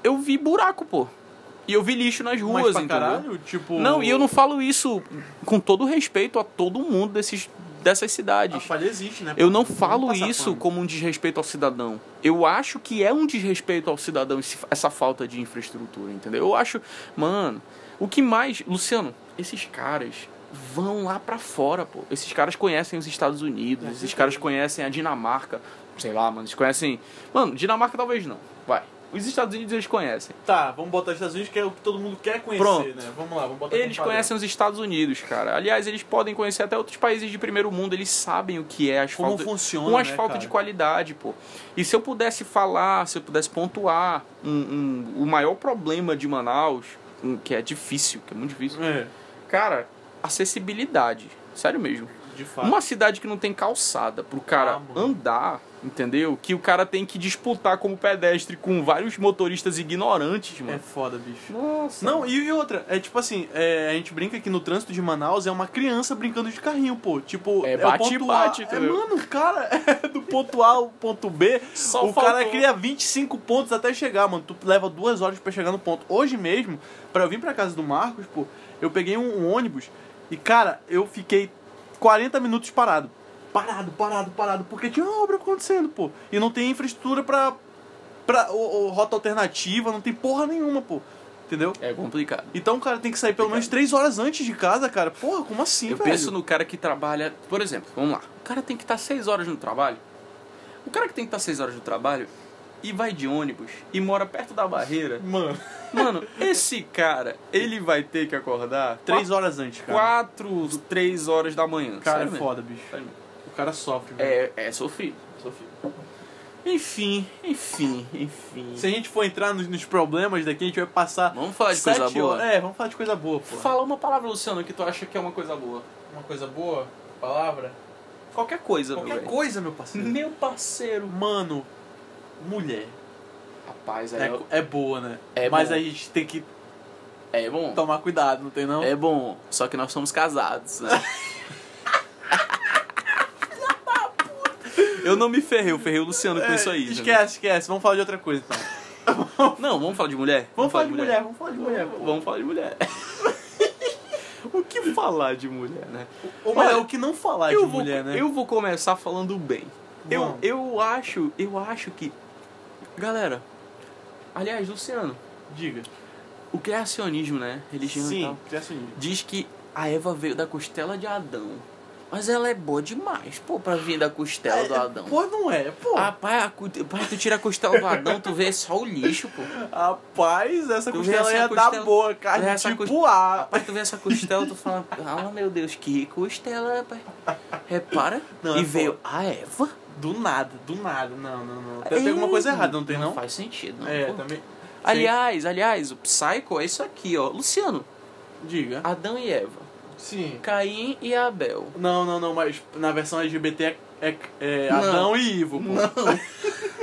S1: eu vi buraco, pô. E eu vi lixo nas
S2: Mas
S1: ruas,
S2: pra
S1: entendeu?
S2: caralho, tipo...
S1: Não, e eu não falo isso com todo respeito a todo mundo desses, dessas
S2: A
S1: cidades.
S2: falha existe, né?
S1: Eu não
S2: Vamos
S1: falo
S2: passar
S1: isso
S2: pano.
S1: como um desrespeito ao cidadão. Eu acho que é um desrespeito ao cidadão esse- essa falta de infraestrutura, entendeu? Eu acho, mano, o que mais, Luciano, esses caras vão lá pra fora, pô. Esses caras conhecem os Estados Unidos,
S2: É,
S1: esses caras conhecem a Dinamarca, sei lá, mano, eles conhecem, mano, Dinamarca talvez não. Vai. Os Estados Unidos eles conhecem.
S2: Tá, vamos botar os Estados Unidos, que é o que todo mundo quer conhecer,
S1: Pronto.
S2: né? Vamos lá, vamos botar
S1: Eles
S2: como padrão.
S1: conhecem os Estados Unidos, cara. Aliás, eles podem conhecer até outros países de primeiro mundo. Eles sabem o que é
S2: Como
S1: asfalto.
S2: funciona,
S1: um
S2: né,
S1: asfalto
S2: cara?
S1: de qualidade, pô. E se eu pudesse falar, se eu pudesse pontuar um- um- o maior problema de Manaus, um, que é difícil, que é muito difícil,
S2: É,
S1: cara, acessibilidade. Sério mesmo.
S2: de fato.
S1: Uma cidade que não tem calçada pro cara
S2: Ah, mano.
S1: andar, entendeu? Que o cara tem que disputar como pedestre com vários motoristas ignorantes,
S2: É
S1: mano.
S2: foda, bicho.
S1: Nossa.
S2: Não, e, e outra, é tipo assim, é, a gente brinca que no trânsito de Manaus é uma criança brincando de carrinho, pô. Tipo,
S1: É
S2: o
S1: bate
S2: ponto
S1: e bate,
S2: A. É,
S1: entendeu?
S2: mano, cara, [laughs] é do ponto A ao ponto B,
S1: Só
S2: o cara
S1: faltou.
S2: cria 25 pontos até chegar, mano. Tu leva duas horas pra chegar no ponto. Hoje mesmo, pra eu vir pra casa do Marcos, pô, eu peguei um, um ônibus e, cara, eu fiquei 40 minutos parado. Parado, parado, parado, porque tinha uma obra acontecendo, pô. E não tem infraestrutura pra, pra o, o- rota alternativa, não tem porra nenhuma, pô. Entendeu?
S1: É complicado.
S2: Então o cara tem que sair pelo menos três horas antes de casa, cara. Porra, como assim,
S1: Eu
S2: velho?
S1: penso no cara que trabalha, por exemplo, vamos lá. O cara tem que estar seis horas no trabalho. O cara que tem que estar seis horas no trabalho e vai de ônibus e mora perto da [laughs] barreira.
S2: Mano,
S1: Mano, esse cara, ele vai ter que acordar
S2: três horas antes, cara.
S1: quatro, três horas da manhã.
S2: Cara, é
S1: sério mesmo.
S2: foda, bicho.
S1: Sério mesmo.
S2: O cara sofre, velho.
S1: É, é sofrido, sofrido. Enfim, enfim, enfim.
S2: Se a gente for entrar nos, nos problemas daqui, a gente vai passar.
S1: Vamos falar de
S2: sete
S1: coisa boa?
S2: horas- É, vamos falar de coisa boa, pô.
S1: Fala uma palavra, Luciano, que tu acha que é uma coisa boa.
S2: Uma coisa boa, palavra.
S1: Qualquer coisa, meu
S2: Qualquer
S1: velho.
S2: coisa, meu parceiro.
S1: Meu parceiro.
S2: Mano, mulher.
S1: Rapaz, é,
S2: É, é boa, né?
S1: É
S2: Mas
S1: bom.
S2: a gente tem que
S1: é bom.
S2: tomar cuidado, não tem não?
S1: É bom, só que nós somos casados, né? Eu não me ferrei, eu ferrei o Luciano com
S2: É,
S1: isso aí. entendeu?
S2: Esquece, esquece. Vamos falar de outra coisa, então.
S1: Não, vamos falar de mulher?
S2: Vamos falar de mulher, vamos falar de mulher. pô.
S1: Vamos falar de mulher. [laughs] o que falar de mulher, né?
S2: Ou melhor,
S1: Olha,
S2: é o que não falar de
S1: eu vou,
S2: mulher, né?
S1: eu vou começar falando bem. Eu,
S2: Vamos.
S1: eu acho, eu acho que. Galera, aliás, Luciano,
S2: Diga.
S1: o criacionismo, né? Religião e tal.
S2: Sim, é assim. criacionismo.
S1: Diz que a Eva veio da costela de Adão. Mas ela é boa demais, pô, pra vir da costela do Adão.
S2: É, Pô, não é, pô.
S1: Rapaz, a cu- rapaz, tu tira a costela do Adão, tu vê só o lixo, pô.
S2: Rapaz, essa
S1: Tu
S2: costela
S1: vê essa
S2: ia dar
S1: costela-
S2: boa,
S1: tu vê
S2: cara.
S1: essa Ah,
S2: Tipo
S1: cos-
S2: A.
S1: Rapaz, tu vê essa costela, tu fala, ah, meu Deus, que costela, rapaz. Repara,
S2: Não,
S1: e
S2: é
S1: veio a Eva.
S2: Do nada, do nada. Não, não, não. Tem, tem alguma coisa
S1: Ei,
S2: errada, não tem não?
S1: faz sentido, não.
S2: É,
S1: pô.
S2: também.
S1: aliás, aliás, o Psycho é isso aqui, ó. Luciano,
S2: Diga.
S1: Adão e Eva.
S2: Ah, Sim.
S1: Caim e Abel.
S2: Não, não, não, mas na versão LGBT é, é, é
S1: Não.
S2: Adão e Ivo. pô.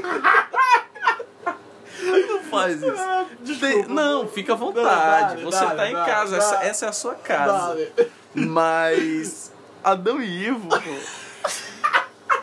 S1: Não faz isso.
S2: [laughs] Ah,
S1: Tem-
S2: desculpa,
S1: Não,
S2: pô.
S1: fica à
S2: Dale,
S1: vontade. Você
S2: dale,
S1: tá em
S2: dale,
S1: casa, essa,
S2: dale.
S1: essa é a sua casa.
S2: Dale.
S1: Mas. Adão e Ivo, pô.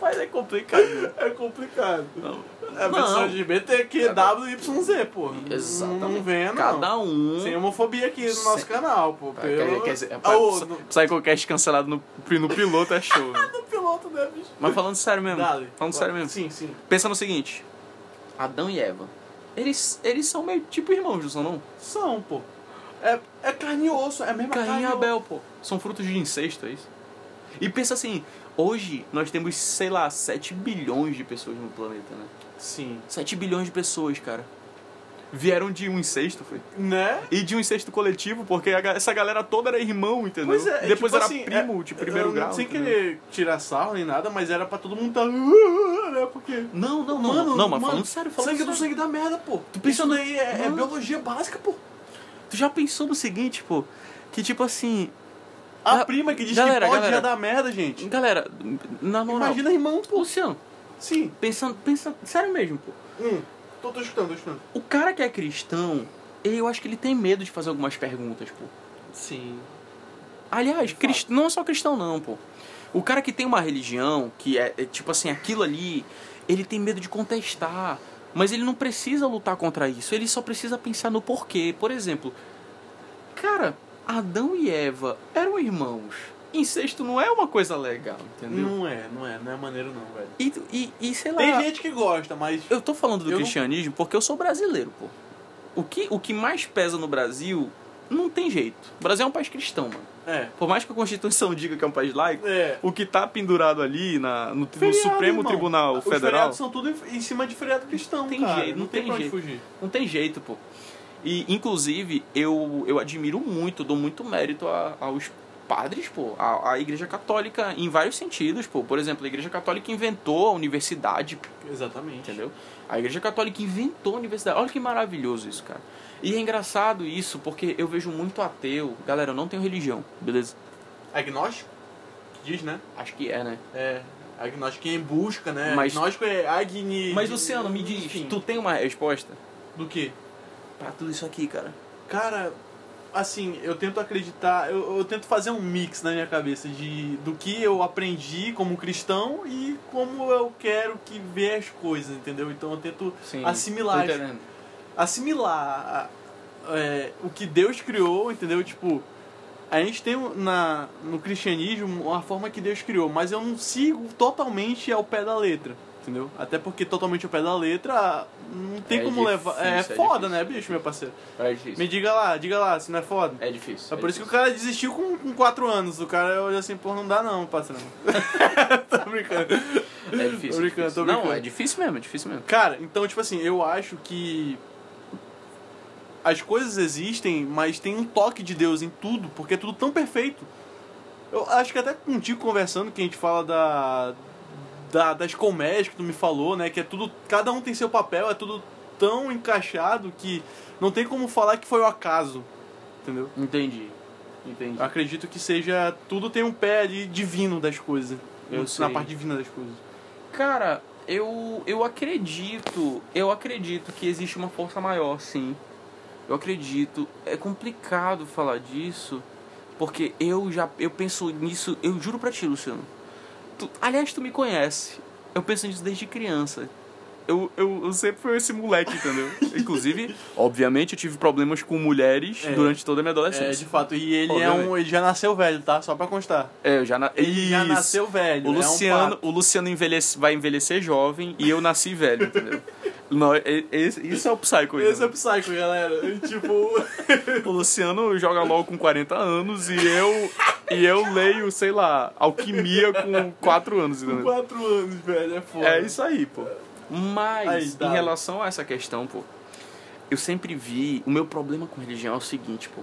S1: Mas é complicado.
S2: É complicado.
S1: Não.
S2: É a versão
S1: Não.
S2: LGBT que é WYZ, pô.
S1: Exatamente.
S2: Não venha, não.
S1: Cada um.
S2: Sem homofobia aqui no nosso
S1: Sem-
S2: canal, pô.
S1: Quer- quer- quer dizer,
S2: Ah, ô,
S1: Psy-
S2: no,
S1: Psychocast cancelado no, no piloto é show. né?
S2: no piloto, né, bicho?
S1: Mas falando sério mesmo.
S2: Dale.
S1: Falando sério mesmo.
S2: Sim, sim.
S1: Pensa no seguinte: Adão e Eva. Eles, eles são meio tipo irmãos, não são não?
S2: São, um, pô. É, é carne e osso, é a mesma
S1: Caim e
S2: carne.
S1: Abel, pô. São frutos de incesto, é isso? E pensa assim, hoje nós temos, sei lá, 7 bilhões de pessoas no planeta, né?
S2: e osso. Sim.
S1: 7 bilhões de pessoas, cara. Vieram de um incesto, foi.
S2: Né?
S1: E de um incesto coletivo, porque a ga- essa galera toda era irmão, entendeu?
S2: Pois é, é
S1: Depois
S2: tipo
S1: era
S2: assim,
S1: primo de primeiro
S2: eu não-
S1: grau.
S2: Sem
S1: entendeu?
S2: querer tirar sarro nem nada, mas era pra todo mundo tá. [laughs] Né? Porque.
S1: Não, não, não.
S2: Mano,
S1: não, mas
S2: mano,
S1: falando sério, falando
S2: sangue do
S1: sério.
S2: sangue da merda, pô. Tu
S1: pensa
S2: pensando aí, é, é
S1: Mano.
S2: biologia básica, pô.
S1: Tu já pensou no seguinte, pô? Que tipo assim,
S2: A
S1: Ah,
S2: prima que diz
S1: galera,
S2: que pode
S1: galera.
S2: já dar merda, gente.
S1: galera, na moral.
S2: Imagina irmão,
S1: Pô,
S2: pô.
S1: Luciano,
S2: Sim.
S1: pensando, pensando, sério mesmo, pô.
S2: Hum. Tô, tô escutando, tô escutando.
S1: O cara que é cristão, ele- eu acho que ele tem medo de fazer algumas perguntas, pô.
S2: Sim.
S1: Aliás,
S2: fato.
S1: crist- não é só cristão, não, pô. O cara que tem uma religião, que é, é tipo assim, aquilo ali, ele tem medo de contestar. Mas ele não precisa lutar contra isso, ele só precisa pensar no porquê. Por exemplo, cara, Adão e Eva eram irmãos. Incesto não é uma coisa legal, entendeu? Ah.
S2: Não é, não é, não é maneiro não, velho.
S1: E, e, e sei lá.
S2: Tem gente que gosta, mas.
S1: Eu tô falando do
S2: Eu não-
S1: cristianismo porque eu sou brasileiro, pô. O que, o que mais pesa no Brasil não tem jeito. O Brasil é um país cristão, mano.
S2: É.
S1: Por mais que a Constituição diga que é um país laico,
S2: É.
S1: o que tá pendurado ali na, no, tri- no
S2: Feriado,
S1: Supremo
S2: irmão.
S1: Tribunal
S2: Os
S1: Ah, Federal
S2: feriados são tudo em em cima de feriado cristão,
S1: Tem
S2: cara.
S1: jeito,
S2: não
S1: não
S2: tem,
S1: tem
S2: pra onde
S1: jeito.
S2: fugir.
S1: não tem jeito, pô. E, inclusive, eu, eu admiro muito, dou muito mérito a- aos padres, pô. A, a Igreja Católica em vários sentidos, pô. Por exemplo, a Igreja Católica inventou a universidade,
S2: Exatamente.
S1: Entendeu? A Igreja Católica inventou a universidade. Olha que maravilhoso isso, cara. E é engraçado isso, porque eu vejo muito ateu. Galera, eu não tenho religião, beleza?
S2: Agnóstico? Que diz, né?
S1: Acho que é, né?
S2: É. Agnóstico é em busca, né?
S1: Mas-
S2: Agnóstico é agni.
S1: Mas, Luciano, me diz,
S2: Enfim,
S1: tu tem uma resposta
S2: Do que?
S1: pra tudo isso aqui, cara?
S2: Cara, assim, eu tento acreditar, eu, eu tento fazer um mix na minha cabeça de do que eu aprendi como cristão e como eu quero que ver as coisas, entendeu? Então eu tento
S1: Sim.
S2: assimilar,
S1: tô entendendo.
S2: assimilar a- é, o que Deus criou, entendeu? Tipo, a gente tem um- na, no cristianismo uma forma que Deus criou, mas eu não sigo totalmente ao pé da letra, entendeu? Até porque totalmente ao pé da letra não tem
S1: É
S2: como
S1: difícil,
S2: levar. É,
S1: é difícil.
S2: foda, né, bicho, meu parceiro?
S1: É difícil.
S2: Me diga lá, diga lá, se não é foda.
S1: É difícil.
S2: É por isso que o cara desistiu com, com 4 anos. O cara olha assim, pô, não dá não, patrão. [laughs] tô brincando.
S1: que é difícil.
S2: [laughs] Tô brincando, tô
S1: não,
S2: brincando.
S1: é difícil mesmo, é difícil mesmo.
S2: Cara, então, tipo assim, eu acho que. As coisas existem, mas tem um toque de Deus em tudo, porque é tudo tão perfeito. Eu acho que até contigo conversando, que a gente fala da, da- das comédias que tu me falou, né? Que é tudo. Cada um tem seu papel, é tudo tão encaixado que não tem como falar que foi o acaso. Entendeu?
S1: Entendi. Entendi.
S2: Eu acredito que seja. Tudo tem um pé ali divino das coisas.
S1: Eu
S2: na
S1: sei.
S2: parte divina das coisas.
S1: Cara, eu, eu acredito, eu acredito que existe uma força maior, sim. Eu acredito. É complicado falar disso, porque eu já eu penso nisso, eu juro pra ti, Luciano. Tu- aliás, tu me conhece. Eu penso nisso desde criança. Eu, eu, eu sempre fui esse moleque,
S2: [laughs]
S1: entendeu? Inclusive, obviamente, eu tive problemas com mulheres
S2: É.
S1: durante toda a minha
S2: É,
S1: adolescência.
S2: de fato. E ele é
S1: Obviamente.
S2: um. Ele já nasceu velho, tá? Só pra constar.
S1: É, eu já, na...
S2: Ele já
S1: Isso.
S2: nasceu velho.
S1: O
S2: é um
S1: Luciano,
S2: fato.
S1: o Luciano envelhece, vai envelhecer jovem e eu nasci velho, entendeu? [laughs] Não, e- esse- isso é o Psycho.
S2: Esse
S1: né?
S2: é o Psycho, galera. E,
S1: [laughs]
S2: tipo.
S1: O Luciano joga LOL com 40 anos e eu, e eu leio, sei lá, alquimia com 4 anos,
S2: com
S1: entendeu?
S2: 4 anos, velho. É foda.
S1: É isso aí, pô.
S2: Aí,
S1: Mas,
S2: dá.
S1: em relação a essa questão, pô, eu sempre vi. O meu problema com religião é o seguinte, pô.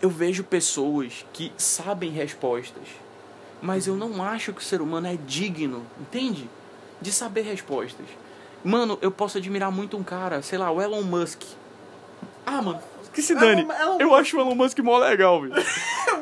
S1: Eu vejo pessoas que sabem respostas, mas eu não acho que o ser humano é digno, entende? De saber respostas. Mano, eu posso admirar muito um cara, sei lá, o Elon Musk. Ah, mano, que se dane.
S2: Elon- Elon
S1: eu acho o Elon Musk mó legal, velho.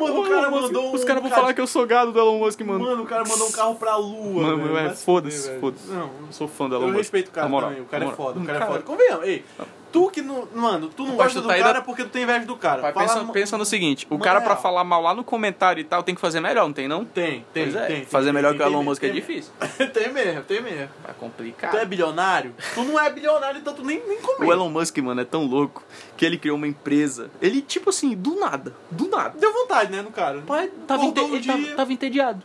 S2: Mano, o cara mandou um.
S1: Os caras vão falar que eu sou gado do Elon Musk, mano.
S2: Mano, o cara mandou um carro pra lua.
S1: Mano,
S2: velho.
S1: é,
S2: Vai se
S1: foda-se,
S2: fuder, velho.
S1: foda-se.
S2: Não,
S1: Eu sou fã do Elon
S2: Eu
S1: Musk.
S2: respeito o cara
S1: na moral,
S2: também, o cara
S1: na
S2: é
S1: moral.
S2: foda, o cara,
S1: Hum, Cara,
S2: é foda. Convenhamos, ei, tu que não. Mano, tu não
S1: Rapaz,
S2: gosta
S1: tu
S2: do
S1: tá aí
S2: cara
S1: da-
S2: porque tu tem inveja do cara.
S1: Rapaz,
S2: Fala
S1: pensa,
S2: ma-
S1: pensa no seguinte, o
S2: manda
S1: cara pra
S2: real.
S1: falar mal lá no comentário e tal tem que fazer melhor, não tem não?
S2: Tem, tem,
S1: Pois é,
S2: tem.
S1: fazer
S2: tem,
S1: melhor
S2: tem,
S1: que o
S2: tem
S1: Elon
S2: mesmo,
S1: Musk
S2: tem
S1: é difícil.
S2: mesmo. [laughs] tem mesmo, tem mesmo.
S1: Tá
S2: Tu é
S1: complicado.
S2: bilionário? Tu não é bilionário, então tu nem, nem comenta.
S1: O Elon Musk, mano, é tão louco que ele criou uma empresa. Ele, tipo assim, do nada, do nada.
S2: Deu vontade, né, no cara?
S1: Pai, tava,
S2: Acordou
S1: inte-
S2: um
S1: ele tava,
S2: dia-
S1: tava entediado.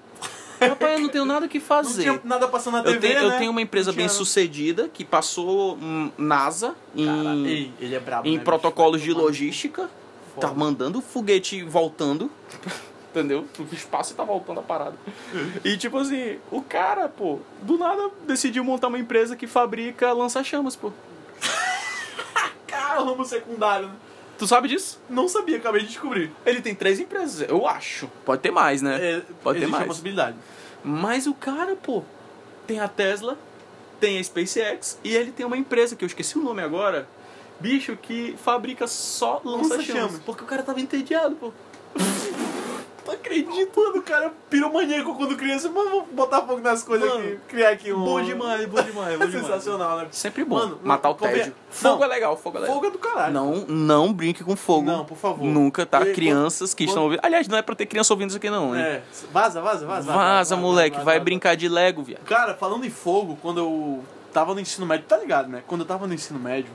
S1: Rapaz, eu não tenho nada o que
S2: não
S1: fazer.
S2: tinha nada passando na
S1: eu,
S2: TV,
S1: tenho, eu
S2: né?
S1: tenho uma empresa
S2: Não tinha-
S1: bem sucedida que passou hum, NASA em,
S2: Cara, ei, ele é brabo, né,
S1: em
S2: bicho?
S1: protocolos de Tá
S2: Vai tomar no
S1: logística.
S2: cu.
S1: Tá mandando foguete voltando. [laughs] Entendeu? O espaço tá voltando a parada. E tipo assim, o cara, pô, do nada decidiu montar uma empresa que fabrica lança-chamas, pô.
S2: Cara, o ramo secundário. né?
S1: Tu sabe disso?
S2: Não sabia, acabei de descobrir.
S1: Ele tem três empresas, eu acho. Pode ter mais, né?
S2: É,
S1: Pode ter
S2: existe
S1: mais.
S2: a possibilidade.
S1: Mas o cara, pô, tem a Tesla, tem a SpaceX e ele tem uma empresa que eu esqueci o nome agora, bicho, que fabrica só lança-chamas.
S2: Lança-chamas.
S1: porque o cara tava entediado, pô.
S2: Não acredito, mano. O cara piromaníaco quando criança. Mano, vou botar fogo nas coisas
S1: Mano,
S2: aqui. Criar aqui um.
S1: Bom demais, bom demais,
S2: [laughs]
S1: bom demais.
S2: Sensacional, né?
S1: Sempre bom.
S2: Mano,
S1: Matar o
S2: vou ver-
S1: tédio. Fogo
S2: Não.
S1: é legal, fogo é legal.
S2: Fogo é do caralho.
S1: Não, não brinque com fogo.
S2: Não, por favor.
S1: Nunca, tá?
S2: E aí,
S1: Crianças que
S2: quando-
S1: estão ouvindo. Aliás, não é pra ter criança ouvindo isso aqui, não, hein?
S2: É. Vaza, vaza, vaza.
S1: Vaza, moleque, vai brincar de Lego, viado.
S2: Cara, falando em fogo, quando eu tava no ensino médio, tá ligado, né? Quando eu tava no ensino médio,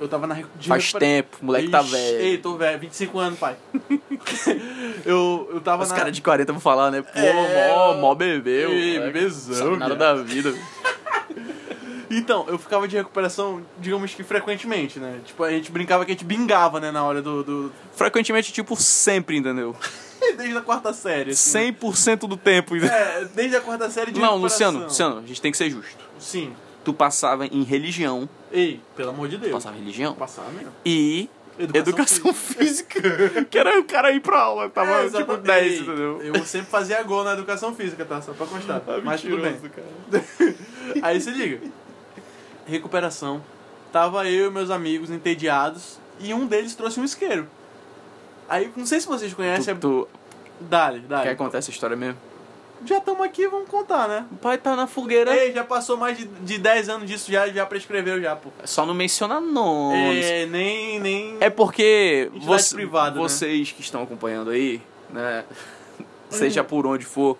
S2: eu tava na. recu- de
S1: Faz
S2: recupera-
S1: tempo, o moleque tá
S2: Ixi,
S1: velho.
S2: Ei, tô velho, 25 anos, pai. [laughs] eu, eu tava
S1: Os
S2: na.
S1: caras de 40 vão falar, né? Pô,
S2: É,
S1: mó,
S2: eu-
S1: mó bebeu.
S2: Ei,
S1: moleque.
S2: bebezão,
S1: Sabe Nada
S2: viado.
S1: da vida.
S2: Então, eu ficava de recuperação, digamos que frequentemente, né? Tipo, a gente brincava que a gente bingava, né, na hora do. do... [laughs]
S1: Frequentemente, tipo, sempre, entendeu?
S2: Desde a quarta série. assim.
S1: 100% do tempo. entendeu?
S2: É, desde a quarta série de
S1: não,
S2: recuperação.
S1: Luciano, Luciano, a gente tem que ser justo.
S2: Sim.
S1: Tu passava em religião.
S2: Ei, pelo amor de Deus.
S1: Passava em religião.
S2: Passava mesmo.
S1: E educação,
S2: Educação
S1: física. [laughs] que era o cara ir pra aula. Tava
S2: É,
S1: tipo
S2: exatamente.
S1: 10,
S2: Ei,
S1: entendeu? Ah,
S2: Eu sempre fazia gol na educação física, tá? Só pra
S1: [laughs]
S2: constar. Mas tudo bem. Aí se liga. Recuperação. Tava eu e meus amigos entediados e um deles trouxe um isqueiro. Aí, não sei se vocês conhecem. é
S1: Tu, tu,
S2: a... Dale, dale.
S1: quer contar essa história mesmo?
S2: Já estamos aqui, vamos contar, né?
S1: O pai tá na fogueira.
S2: Ei, já passou mais de, de 10 anos disso, já, já prescreveu já, pô.
S1: Só não menciona nomes.
S2: É, nem, nem...
S1: É porque
S2: Entidade
S1: você-
S2: privada, né?
S1: vocês que estão acompanhando aí,
S2: [laughs]
S1: né? seja por onde for,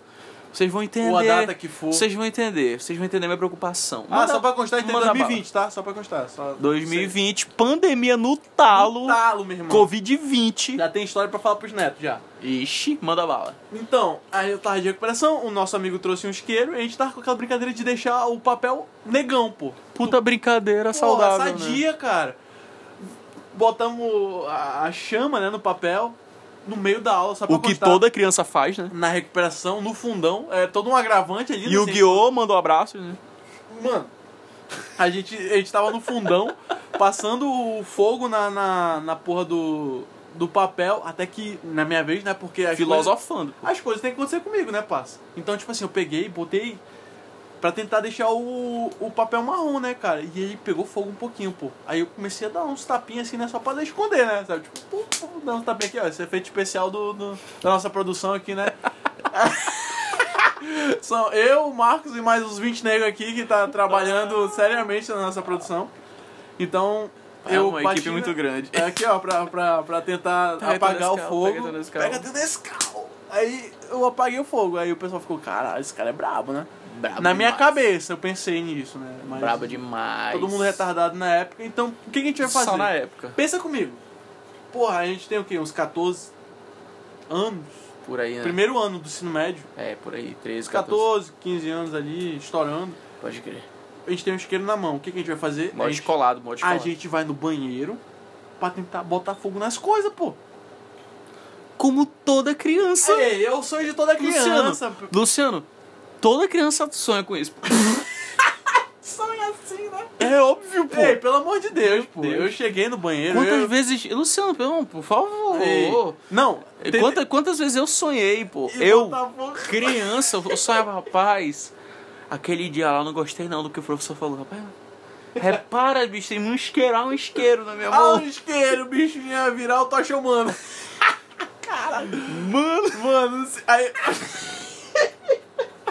S1: vocês vão entender.
S2: Ou a data que for.
S1: Vocês vão entender, vocês vão entender minha preocupação.
S2: Ah,
S1: é- Manda-
S2: só pra constar, tem
S1: manda
S2: 2020, tá? Só pra constar. Só...
S1: bala. 2020, pandemia no talo,
S2: Talo, meu irmão.
S1: Covid-20.
S2: Já tem história pra falar pros netos, já.
S1: Ixi, manda bala.
S2: Então, aí eu tava de recuperação, o nosso amigo trouxe um isqueiro e a gente tava com aquela brincadeira de deixar o papel negão, pô. É
S1: Puta brincadeira
S2: Porra,
S1: saudável. Né?
S2: sadia, cara. Botamos a, a chama, né, no papel, no meio da aula, só pra
S1: O que
S2: constar.
S1: toda criança faz, né?
S2: Na recuperação, no fundão, é todo um agravante ali.
S1: E o Guiô mandou abraço, né?
S2: Mano, a gente, a gente tava no fundão, [laughs] passando o fogo na, na, na porra do, do papel, até que, na minha vez, né, porque... as coisas-
S1: Filosofando. pô.
S2: as coisas têm que acontecer comigo, né, parça? Então, tipo assim, eu peguei, botei pra tentar deixar o, o papel marrom, né, cara? E ele pegou fogo um pouquinho, pô. Aí eu comecei a dar uns tapinhas assim, né, só pra esconder, né, sabe? Tipo, pum, pum, dar uns tapinhas aqui, ó, esse efeito especial do, do- da nossa produção aqui, né? [laughs] São eu, o Marcos e mais uns 20 negros aqui que tá trabalhando seriamente na nossa produção. Então,
S1: É
S2: eu
S1: uma
S2: bati,
S1: equipe
S2: né?
S1: muito grande.
S2: É aqui, ó, pra, pra, pra tentar
S1: Pega
S2: apagar o
S1: Tedescal,
S2: fogo.
S1: pega Tedescal.
S2: Tedescal. Aí eu apaguei o fogo. Aí o pessoal ficou, caralho, esse cara é brabo, né?
S1: Brabo
S2: na minha
S1: demais.
S2: cabeça eu pensei nisso, né? Mas
S1: Brabo demais.
S2: Todo mundo retardado na época. Então, o que, que a gente vai fazer?
S1: Só na época.
S2: Pensa comigo. Porra, a gente tem o quê? Uns 14 anos?
S1: Por aí, né?
S2: Primeiro ano do ensino médio.
S1: É, por aí, 13, 14.
S2: 14, 15 anos ali, estourando.
S1: Pode crer.
S2: A gente tem um isqueiro na mão. O que, que a gente vai fazer? a
S1: Mod
S2: gente
S1: colado, mod
S2: a
S1: colado.
S2: gente vai no banheiro pra tentar botar fogo nas coisas, pô.
S1: Como toda criança.
S2: Ei, eu é, sonho de toda criança.
S1: Luciano, Luciano, toda criança sonha com [laughs] isso. pô.
S2: Sonho assim, né?
S1: É óbvio, pô.
S2: Ei, pelo amor de Deus, pô.
S1: Deus.
S2: Eu cheguei no banheiro.
S1: quantas
S2: eu...
S1: vezes. Luciano, pelo- por favor.
S2: Ei, Não, teve-
S1: Quanta- quantas vezes eu sonhei, pô?
S2: e um
S1: eu,
S2: Botafogo-
S1: criança, eu sonhava, rapaz. Aquele dia lá eu não gostei não do que o professor falou, rapaz. Repara, bicho, tem um isqueiro, há um isqueiro na minha
S2: Ah, o
S1: mão.
S2: isqueiro, o bichinho ia virar o tocha humana.
S1: Mano,
S2: Mano, se- aí...
S1: [laughs]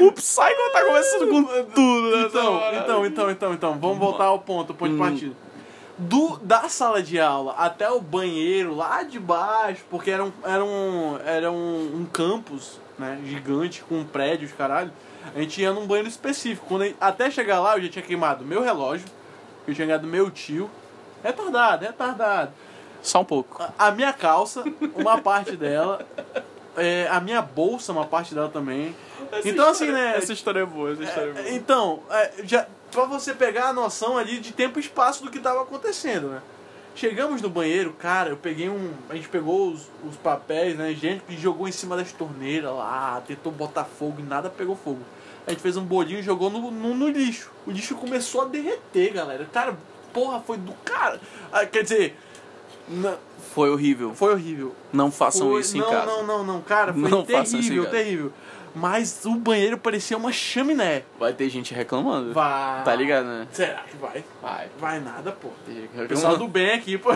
S1: o Psycho tá começando com tudo, né?
S2: então, então, então, então, então, vamos voltar ao ponto, ao ponto
S1: Hum.
S2: de partida. Do, da sala de aula até o banheiro lá de baixo, porque era um, era um, era um, um campus né, gigante com prédios, caralho. A gente ia num banheiro específico. Quando a gente- até chegar lá, eu já tinha queimado meu relógio, eu tinha queimado meu tio. Retardado, retardado.
S1: Só um pouco.
S2: A- A minha calça, uma parte dela. é, a minha bolsa, uma parte dela também. então, assim, né?
S1: Essa história é boa, essa história é boa.
S2: Então, é, já, pra você pegar a noção ali de tempo e espaço do que tava acontecendo, né? Chegamos no banheiro, cara, eu peguei um. A gente pegou os, os papéis, né, higiênicos e jogou em cima das torneiras lá, tentou botar fogo e nada pegou fogo. A gente fez um bolinho e jogou no, no, no lixo. O lixo começou a derreter, galera. Cara, porra, foi do cara. Ah, quer dizer, na-
S1: Foi horrível.
S2: foi horrível.
S1: Não façam
S2: Foi-
S1: isso em
S2: não,
S1: casa.
S2: Não, não, não, cara, foi
S1: Não façam isso em
S2: terrível,
S1: casa.
S2: terrível. Mas o banheiro parecia uma chaminé.
S1: Vai ter gente reclamando.
S2: Vai.
S1: Tá ligado, né?
S2: Será que vai?
S1: Vai.
S2: Vai nada, pô.
S1: Tem gente
S2: O pessoal
S1: reclamando.
S2: do bem aqui, pô.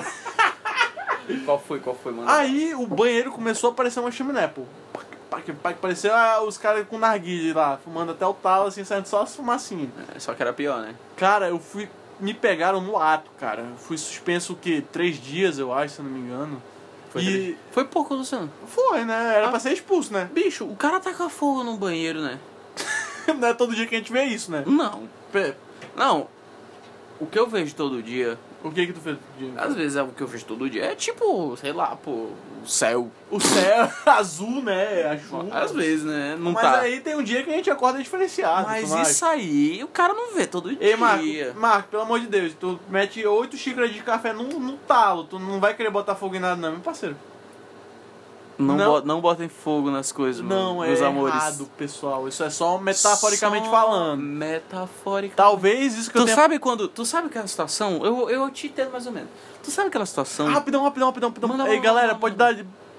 S1: Qual foi, qual foi, mano?
S2: Aí o banheiro começou a parecer uma chaminé, pô. Pac, pac, pac, Parecia ah, os caras com narguile lá, fumando até o talo, assim, saindo só as fumacinhas.
S1: É, Só que era pior, né?
S2: Cara, eu fui. Me pegaram no ato, cara. Eu fui suspenso o quê? Três dias, eu acho, se eu não me engano.
S1: Foi,
S2: e
S1: triste. foi pouco, Luciano.
S2: foi, né? Era
S1: Ah.
S2: pra ser expulso, né? [laughs]
S1: Bicho, o cara taca fogo no banheiro, né?
S2: Não é todo dia que a gente vê isso, né?
S1: Não.
S2: Pé,
S1: Não. O que eu vejo todo dia,
S2: o que que tu fez? Diego?
S1: às vezes é o que eu vejo todo dia, é tipo, sei lá, pô, o céu.
S2: O céu [laughs] azul, né? A chuva.
S1: Às vezes, né? Não
S2: Mas
S1: tá.
S2: aí tem um dia que a gente acorda diferenciado.
S1: Mas
S2: tu não acha?
S1: isso aí, o cara não vê todo dia.
S2: Ei, Marco, Marco, pelo amor de Deus, tu mete oito xícaras de café num, num talo, tu não vai querer botar fogo em nada, não, meu parceiro.
S1: Não,
S2: Não.
S1: bo- não botem fogo nas coisas, mano,
S2: não, é
S1: meus amores.
S2: errado, pessoal. Isso é só metaforicamente
S1: Só
S2: falando.
S1: Metaforicamente.
S2: Talvez isso que eu
S1: Tu
S2: tenha.
S1: sabe quando. Tu sabe aquela situação? Eu, eu te entendo mais ou menos. Tu sabe aquela situação?
S2: Rapidão, rapidão, rapidão, rapidão.
S1: Manda,
S2: Ei,
S1: manda,
S2: galera,
S1: manda,
S2: pode dar.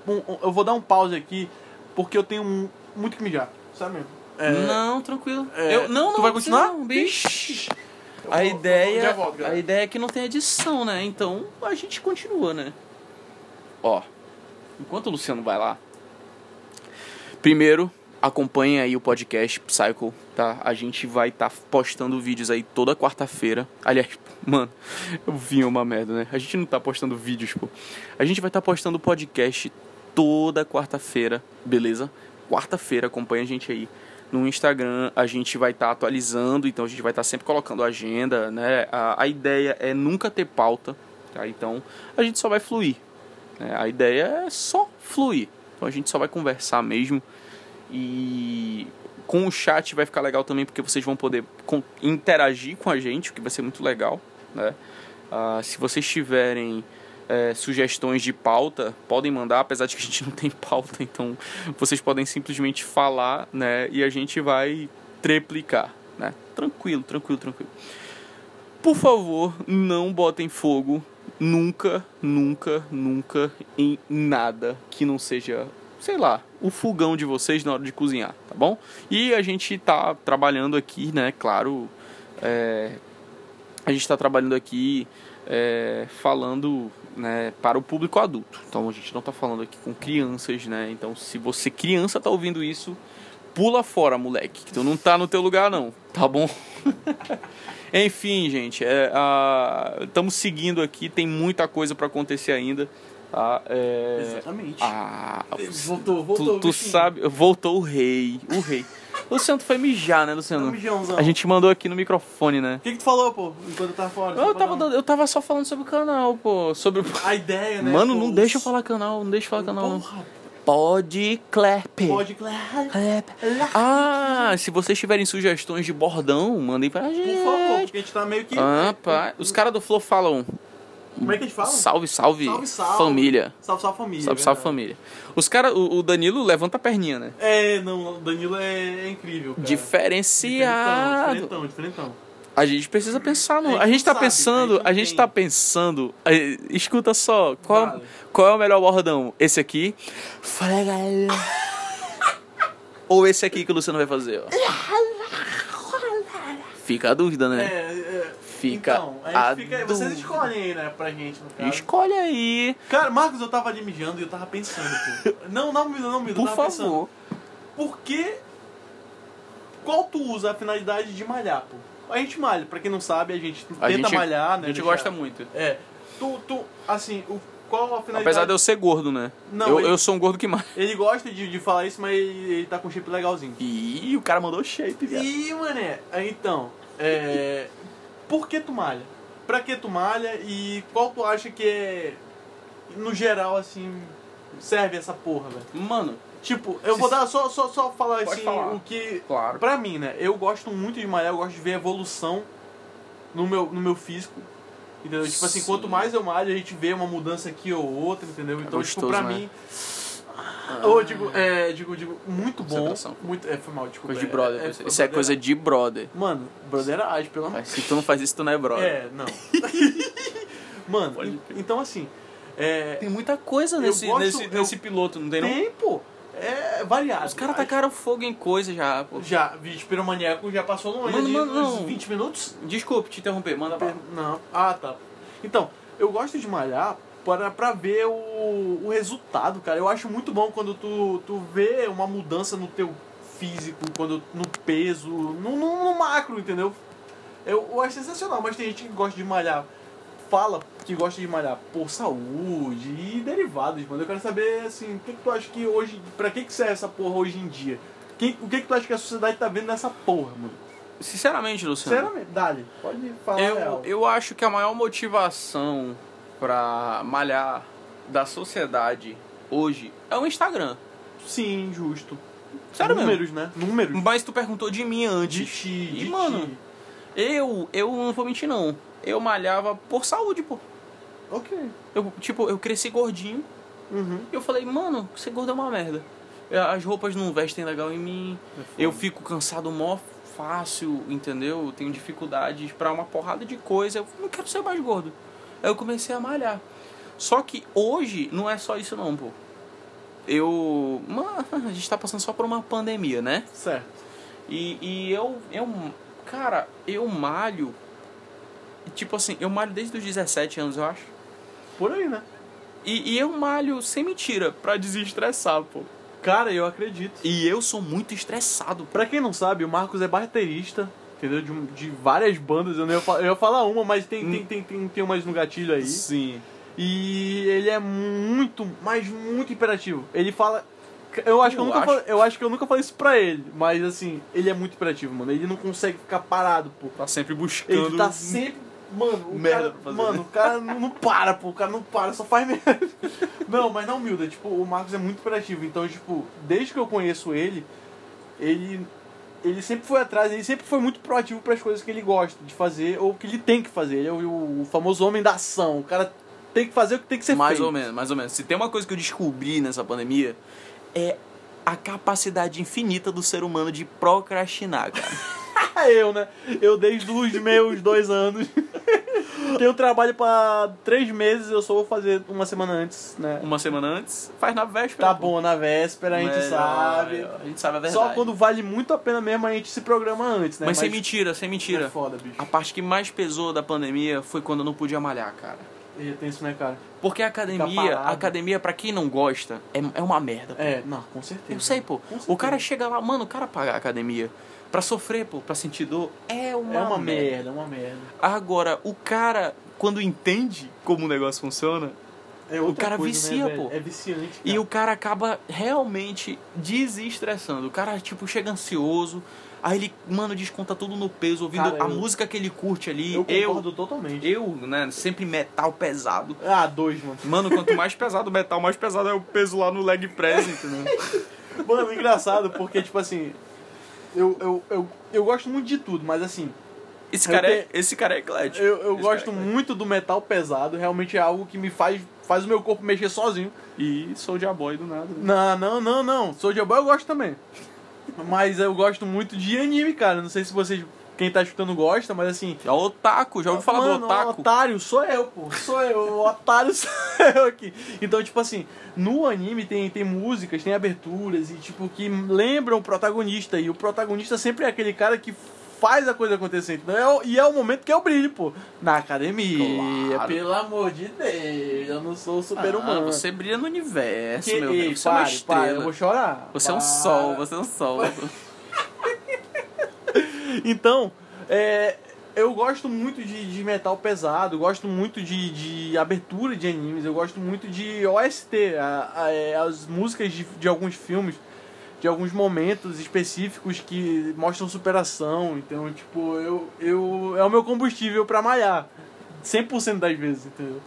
S2: um- um- eu vou dar um pause aqui, porque eu tenho um- muito que mijar. Sabe mesmo? É,
S1: Não, tranquilo.
S2: é,
S1: eu, não, não.
S2: Tu vai
S1: não precisa
S2: continuar?
S1: não,
S2: Ixi.
S1: bicho.
S2: Eu
S1: A
S2: vou-
S1: ideia,
S2: já volto, galera.
S1: a ideia é que não tem edição, né? Então a gente continua, né? Ó, enquanto o Luciano vai lá, primeiro acompanhem aí o podcast Psycho, tá? A gente vai estar postando vídeos aí toda quarta-feira. Aliás, [laughs] mano, eu vi uma merda, né? A gente não tá postando vídeos, pô. A gente vai estar postando o podcast toda quarta-feira, beleza? Quarta-feira, acompanha a gente aí. No Instagram a gente vai estar atualizando, então a gente vai estar sempre colocando agenda, né? A, a ideia é nunca ter pauta, tá? Então a gente só vai fluir. né? A ideia é só fluir. Então a gente só vai conversar mesmo. E com o chat vai ficar legal também, porque vocês vão poder con- interagir com a gente, o que vai ser muito legal. Né? Ah, se vocês tiverem é, sugestões de pauta, podem mandar, apesar de que a gente não tem pauta, então vocês podem simplesmente falar né? e a gente vai triplicar. Né? Tranquilo, tranquilo, tranquilo. Por favor, não botem fogo nunca, nunca, nunca em nada que não seja, sei lá, o fogão de vocês na hora de cozinhar, tá bom? E a gente tá trabalhando aqui, né? Claro, é, a gente tá trabalhando aqui é, falando né, para o público adulto. Então a gente não tá falando aqui com crianças, né? Então se você criança tá ouvindo isso, pula fora, moleque, que tu não tá no teu lugar não, tá bom? [laughs] Enfim, gente, estamos seguindo aqui, tem muita coisa pra acontecer ainda. tá? É,
S2: Exatamente.
S1: Ah,
S2: voltou, voltou.
S1: tu, tu
S2: bichinho.
S1: sabe, voltou o rei, o rei. Luciano, tu foi mijar, né,
S2: Tá
S1: Luciano?
S2: mijãozão.
S1: A gente mandou aqui no microfone, né?
S2: O que, que tu falou, pô? Enquanto eu tava fora. Só
S1: Eu
S2: pra
S1: tava,
S2: dar um-
S1: dando- eu tava só falando sobre o canal, pô. Sobre o.
S2: A ideia, né?
S1: Mano,
S2: pô,
S1: não
S2: os-
S1: deixa eu falar canal, não deixa eu falar canal, não.
S2: Porra,
S1: Pode clap.
S2: pode, claro.
S1: clap. Ah, se vocês tiverem sugestões de bordão, mandem pra gente.
S2: Por favor, porque a gente tá meio que.
S1: Ah, pá. Os caras do Flow falam.
S2: Como é que a gente fala?
S1: Salve, salve, É
S2: Salve, salve.
S1: família.
S2: Salve, salve família.
S1: Salve, salve,
S2: verdade.
S1: família. Os caras, o, o Danilo levanta a perninha, né?
S2: É, não, o Danilo é, é incrível. Cara.
S1: Diferenciado.
S2: Diferentão, diferentão.
S1: A gente precisa pensar no.
S2: A
S1: A
S2: gente
S1: gente tá
S2: não sabe, a
S1: pensando,
S2: gente não
S1: a gente
S2: tem.
S1: tá pensando. eh, Escuta só, qual,
S2: Vale.
S1: qual é o melhor bordão? Esse aqui? Fala galera. [laughs] Ou esse aqui que o Luciano vai fazer, ó. Fica a dúvida,
S2: É,
S1: né?
S2: é.
S1: Fica
S2: Então,
S1: a
S2: a gente fica. Vocês
S1: dúvida.
S2: escolhem aí, né, pra gente, no caso.
S1: Escolhe aí,
S2: Cara, Marcos, eu tava ali mijando e eu tava pensando, pô. Não, não, não, não, eu
S1: por
S2: tava pensando.
S1: favor.
S2: Por que. Qual tu usa a finalidade de malhar, pô? A gente malha, pra quem não sabe, a gente tenta
S1: A gente-
S2: malhar, né?
S1: A gente
S2: deixar-
S1: gosta muito.
S2: É. Tu, tu, assim, o, qual a finalidade.
S1: Apesar de eu ser gordo, né?
S2: Não,
S1: eu,
S2: ele-
S1: eu sou um gordo que mais.
S2: Ele gosta de, de falar isso, mas ele, ele tá com um chip legalzinho.
S1: Ih, o cara mandou shape, viado.
S2: Ih, mané, então, é. Por que tu malha? Pra que tu malha e qual tu acha que é. No geral, assim. Serve essa porra, velho?
S1: Mano,
S2: Tipo, eu vou dar só, só, só falar
S1: Pode
S2: assim
S1: falar.
S2: o que.
S1: claro.
S2: Pra mim, né? Eu gosto muito de malhar, eu gosto de ver a evolução no meu, no meu físico. Entendeu? Tipo assim,
S1: Sim.
S2: quanto mais eu malho, a gente vê uma mudança aqui ou outra, entendeu? Então, tipo,
S1: gostoso,
S2: pra
S1: né?
S2: mim.
S1: Ah.
S2: Ou digo, é, digo, digo, muito bom.
S1: Concentração.
S2: Muito, é, foi mal, desculpa.
S1: Coisa de
S2: é,
S1: brother.
S2: é,
S1: parceiro. Isso é coisa de brother.
S2: Mano, brotheragem, pelo amor
S1: Mas Se tu não faz isso, tu não é brother.
S2: É,
S1: [laughs]
S2: não. Mano,
S1: Pode
S2: en-
S1: crer.
S2: então assim. É,
S1: Tem muita coisa
S2: Eu
S1: nesse,
S2: gosto-
S1: nesse,
S2: eu-
S1: nesse piloto, não tem, não?
S2: tem, pô. É variado.
S1: Os tá caras
S2: Acho-
S1: tacaram fogo em coisa já, pô.
S2: Já, vídeo piromaníaco já passou longe.
S1: Mano,
S2: ali,
S1: mano,
S2: uns
S1: não.
S2: 20 minutos?
S1: Desculpe te interromper, manda pra...
S2: Não. Ah, tá. Então, eu gosto de malhar para, pra ver o, o resultado, cara. Eu acho muito bom quando tu, tu vê uma mudança no teu físico, quando no peso, no, no, no macro, entendeu? Eu, eu acho sensacional, mas tem gente que gosta de malhar, fala que gosta de malhar por saúde e derivados, mano. Eu quero saber, assim, o que, que tu acha que hoje, pra que que serve essa porra hoje em dia? Quem- o que que tu acha que a sociedade tá vendo nessa porra, mano?
S1: Sinceramente, Luciano.
S2: Sinceramente, Dali, pode falar a real.
S1: Eu, eu acho que a maior motivação pra malhar da sociedade hoje é o Instagram.
S2: Sim, justo.
S1: Sério mesmo.
S2: Números, né? Números.
S1: Mas tu perguntou de mim
S2: De
S1: antes.
S2: ti, de
S1: E, mano,
S2: ti.
S1: Eu, eu não vou mentir, não. Eu malhava por saúde, pô.
S2: Ok.
S1: Eu, tipo, eu cresci gordinho
S2: Uhum.
S1: e eu falei, mano, ser gordo é uma merda. As roupas não vestem legal em mim.
S2: É
S1: Eu fico cansado mó fácil, entendeu? Eu tenho dificuldades pra uma porrada de coisa. Eu não quero ser mais gordo. Aí eu comecei a malhar. Só que hoje não é só isso não, pô. Eu. Mano, [laughs] a gente tá passando só por uma pandemia, né?
S2: Certo.
S1: E, e eu, eu. Cara, eu malho. Tipo assim, eu malho desde os 17 anos, eu acho.
S2: Por aí, né?
S1: E, e eu malho sem mentira, pra desestressar, pô.
S2: Cara, eu acredito.
S1: E eu sou muito estressado,
S2: Pra quem não sabe, o Marcos é baterista, entendeu? De, um- de várias bandas. Eu, não ia fa- eu ia falar uma, mas tem, tem, tem, tem, tem umas no gatilho aí.
S1: Sim.
S2: E ele é muito, mas muito imperativo. Ele fala. Eu acho, que eu,
S1: Eu
S2: nunca
S1: acho.
S2: Falei, eu acho que eu nunca falei isso pra ele, mas assim, ele é muito imperativo, mano. Ele não consegue ficar parado, pô.
S1: Tá sempre buscando.
S2: Ele tá sempre. Mano, o
S1: Merda
S2: cara,
S1: pra fazer.
S2: mano, o cara não, não para, pô, o cara não para, só faz merda. [laughs] Não, mas não humilde, tipo, o Marcos é muito imperativo, então, tipo, desde que eu conheço ele, ele ele sempre foi atrás, ele sempre foi muito proativo para as coisas que ele gosta de fazer ou que ele tem que fazer. Ele é o, o famoso homem da ação, o cara tem que fazer o que tem que ser
S1: mais
S2: feito.
S1: ou menos, mais ou menos. Se tem uma coisa que eu descobri nessa pandemia é a capacidade infinita do ser humano de procrastinar, cara.
S2: eu, né? Eu desde os meus dois anos. [laughs] Tenho trabalho pra três meses, eu só vou fazer uma semana antes, né?
S1: [laughs] Uma semana antes, faz na véspera.
S2: Tá
S1: pô.
S2: bom na véspera, a gente
S1: Melhor,
S2: sabe.
S1: melhor. A gente sabe a verdade.
S2: Só quando vale muito a pena mesmo a gente se programa antes, né?
S1: Mas, sem mentira, sem mentira. Ah.
S2: É foda, bicho.
S1: a parte que mais pesou da pandemia foi quando eu não podia malhar, cara.
S2: E tem isso, né, cara?
S1: Porque a academia,
S2: parado.
S1: a academia pra quem não gosta, é, é uma merda. pô.
S2: É, não, com certeza.
S1: Eu sei, pô.
S2: Com certeza.
S1: O cara chega lá, mano, o cara paga a academia pra sofrer, pô, pra sentir dor. É uma,
S2: É uma
S1: merda.
S2: merda, é uma merda.
S1: Agora, o cara, quando entende como o negócio funciona,
S2: É
S1: O
S2: outra
S1: cara
S2: coisa,
S1: vicia,
S2: né, velho?
S1: pô.
S2: É viciante.
S1: e
S2: cara.
S1: o cara acaba realmente desestressando. O cara, tipo, chega ansioso, aí ele, mano, desconta tudo no peso, ouvindo
S2: Cara,
S1: a
S2: eu-
S1: música que ele curte ali.
S2: Eu
S1: Eu,
S2: concordo totalmente.
S1: eu, né, sempre metal pesado.
S2: Ah, dois, mano. [laughs]
S1: Mano, quanto mais pesado o metal, mais pesado é o peso lá no leg press, entendeu?
S2: Mano, é engraçado, porque, tipo assim. Eu, eu, eu, eu gosto muito de tudo, mas assim,
S1: Esse
S2: Eu
S1: cara, é,
S2: tenho-
S1: esse cara é eclético.
S2: eu, eu
S1: Esse
S2: gosto
S1: cara é
S2: muito do metal pesado, realmente é algo que me faz, faz o meu corpo mexer sozinho.
S1: eclético. E sou de boy do nada. né?
S2: Não, não, não, não. Soulja Boy eu gosto também. Mas eu gosto muito de anime, cara. Não sei se vocês, quem tá escutando gosta, mas assim.
S1: É o otaku, já ouviu falar
S2: Mano,
S1: do otaku?
S2: otário sou eu, pô. Sou eu, o otário [laughs] sou eu aqui. Então, tipo assim, no anime tem, tem músicas, tem aberturas e, tipo, que lembram o protagonista. E o protagonista sempre é aquele cara que faz a coisa acontecer. Então, é o- e é o momento que eu brilho, pô. Na academia.
S1: Claro.
S2: Pelo amor de Deus, eu não sou
S1: Ah,
S2: super-humano.
S1: você brilha no universo,
S2: Que-
S1: meu
S2: Ei,
S1: velho. Você é uma
S2: pare,
S1: estrela.
S2: pare, eu vou chorar.
S1: Você é um
S2: Para.
S1: sol, você é um sol.
S2: Então, é, eu gosto muito de, de metal pesado, eu gosto muito de, de abertura de animes, eu gosto muito de OST, a- a- é, as músicas de, de alguns filmes, de alguns momentos específicos que mostram superação. Então, tipo, eu, eu é o meu combustível pra malhar. 100% das vezes, entendeu?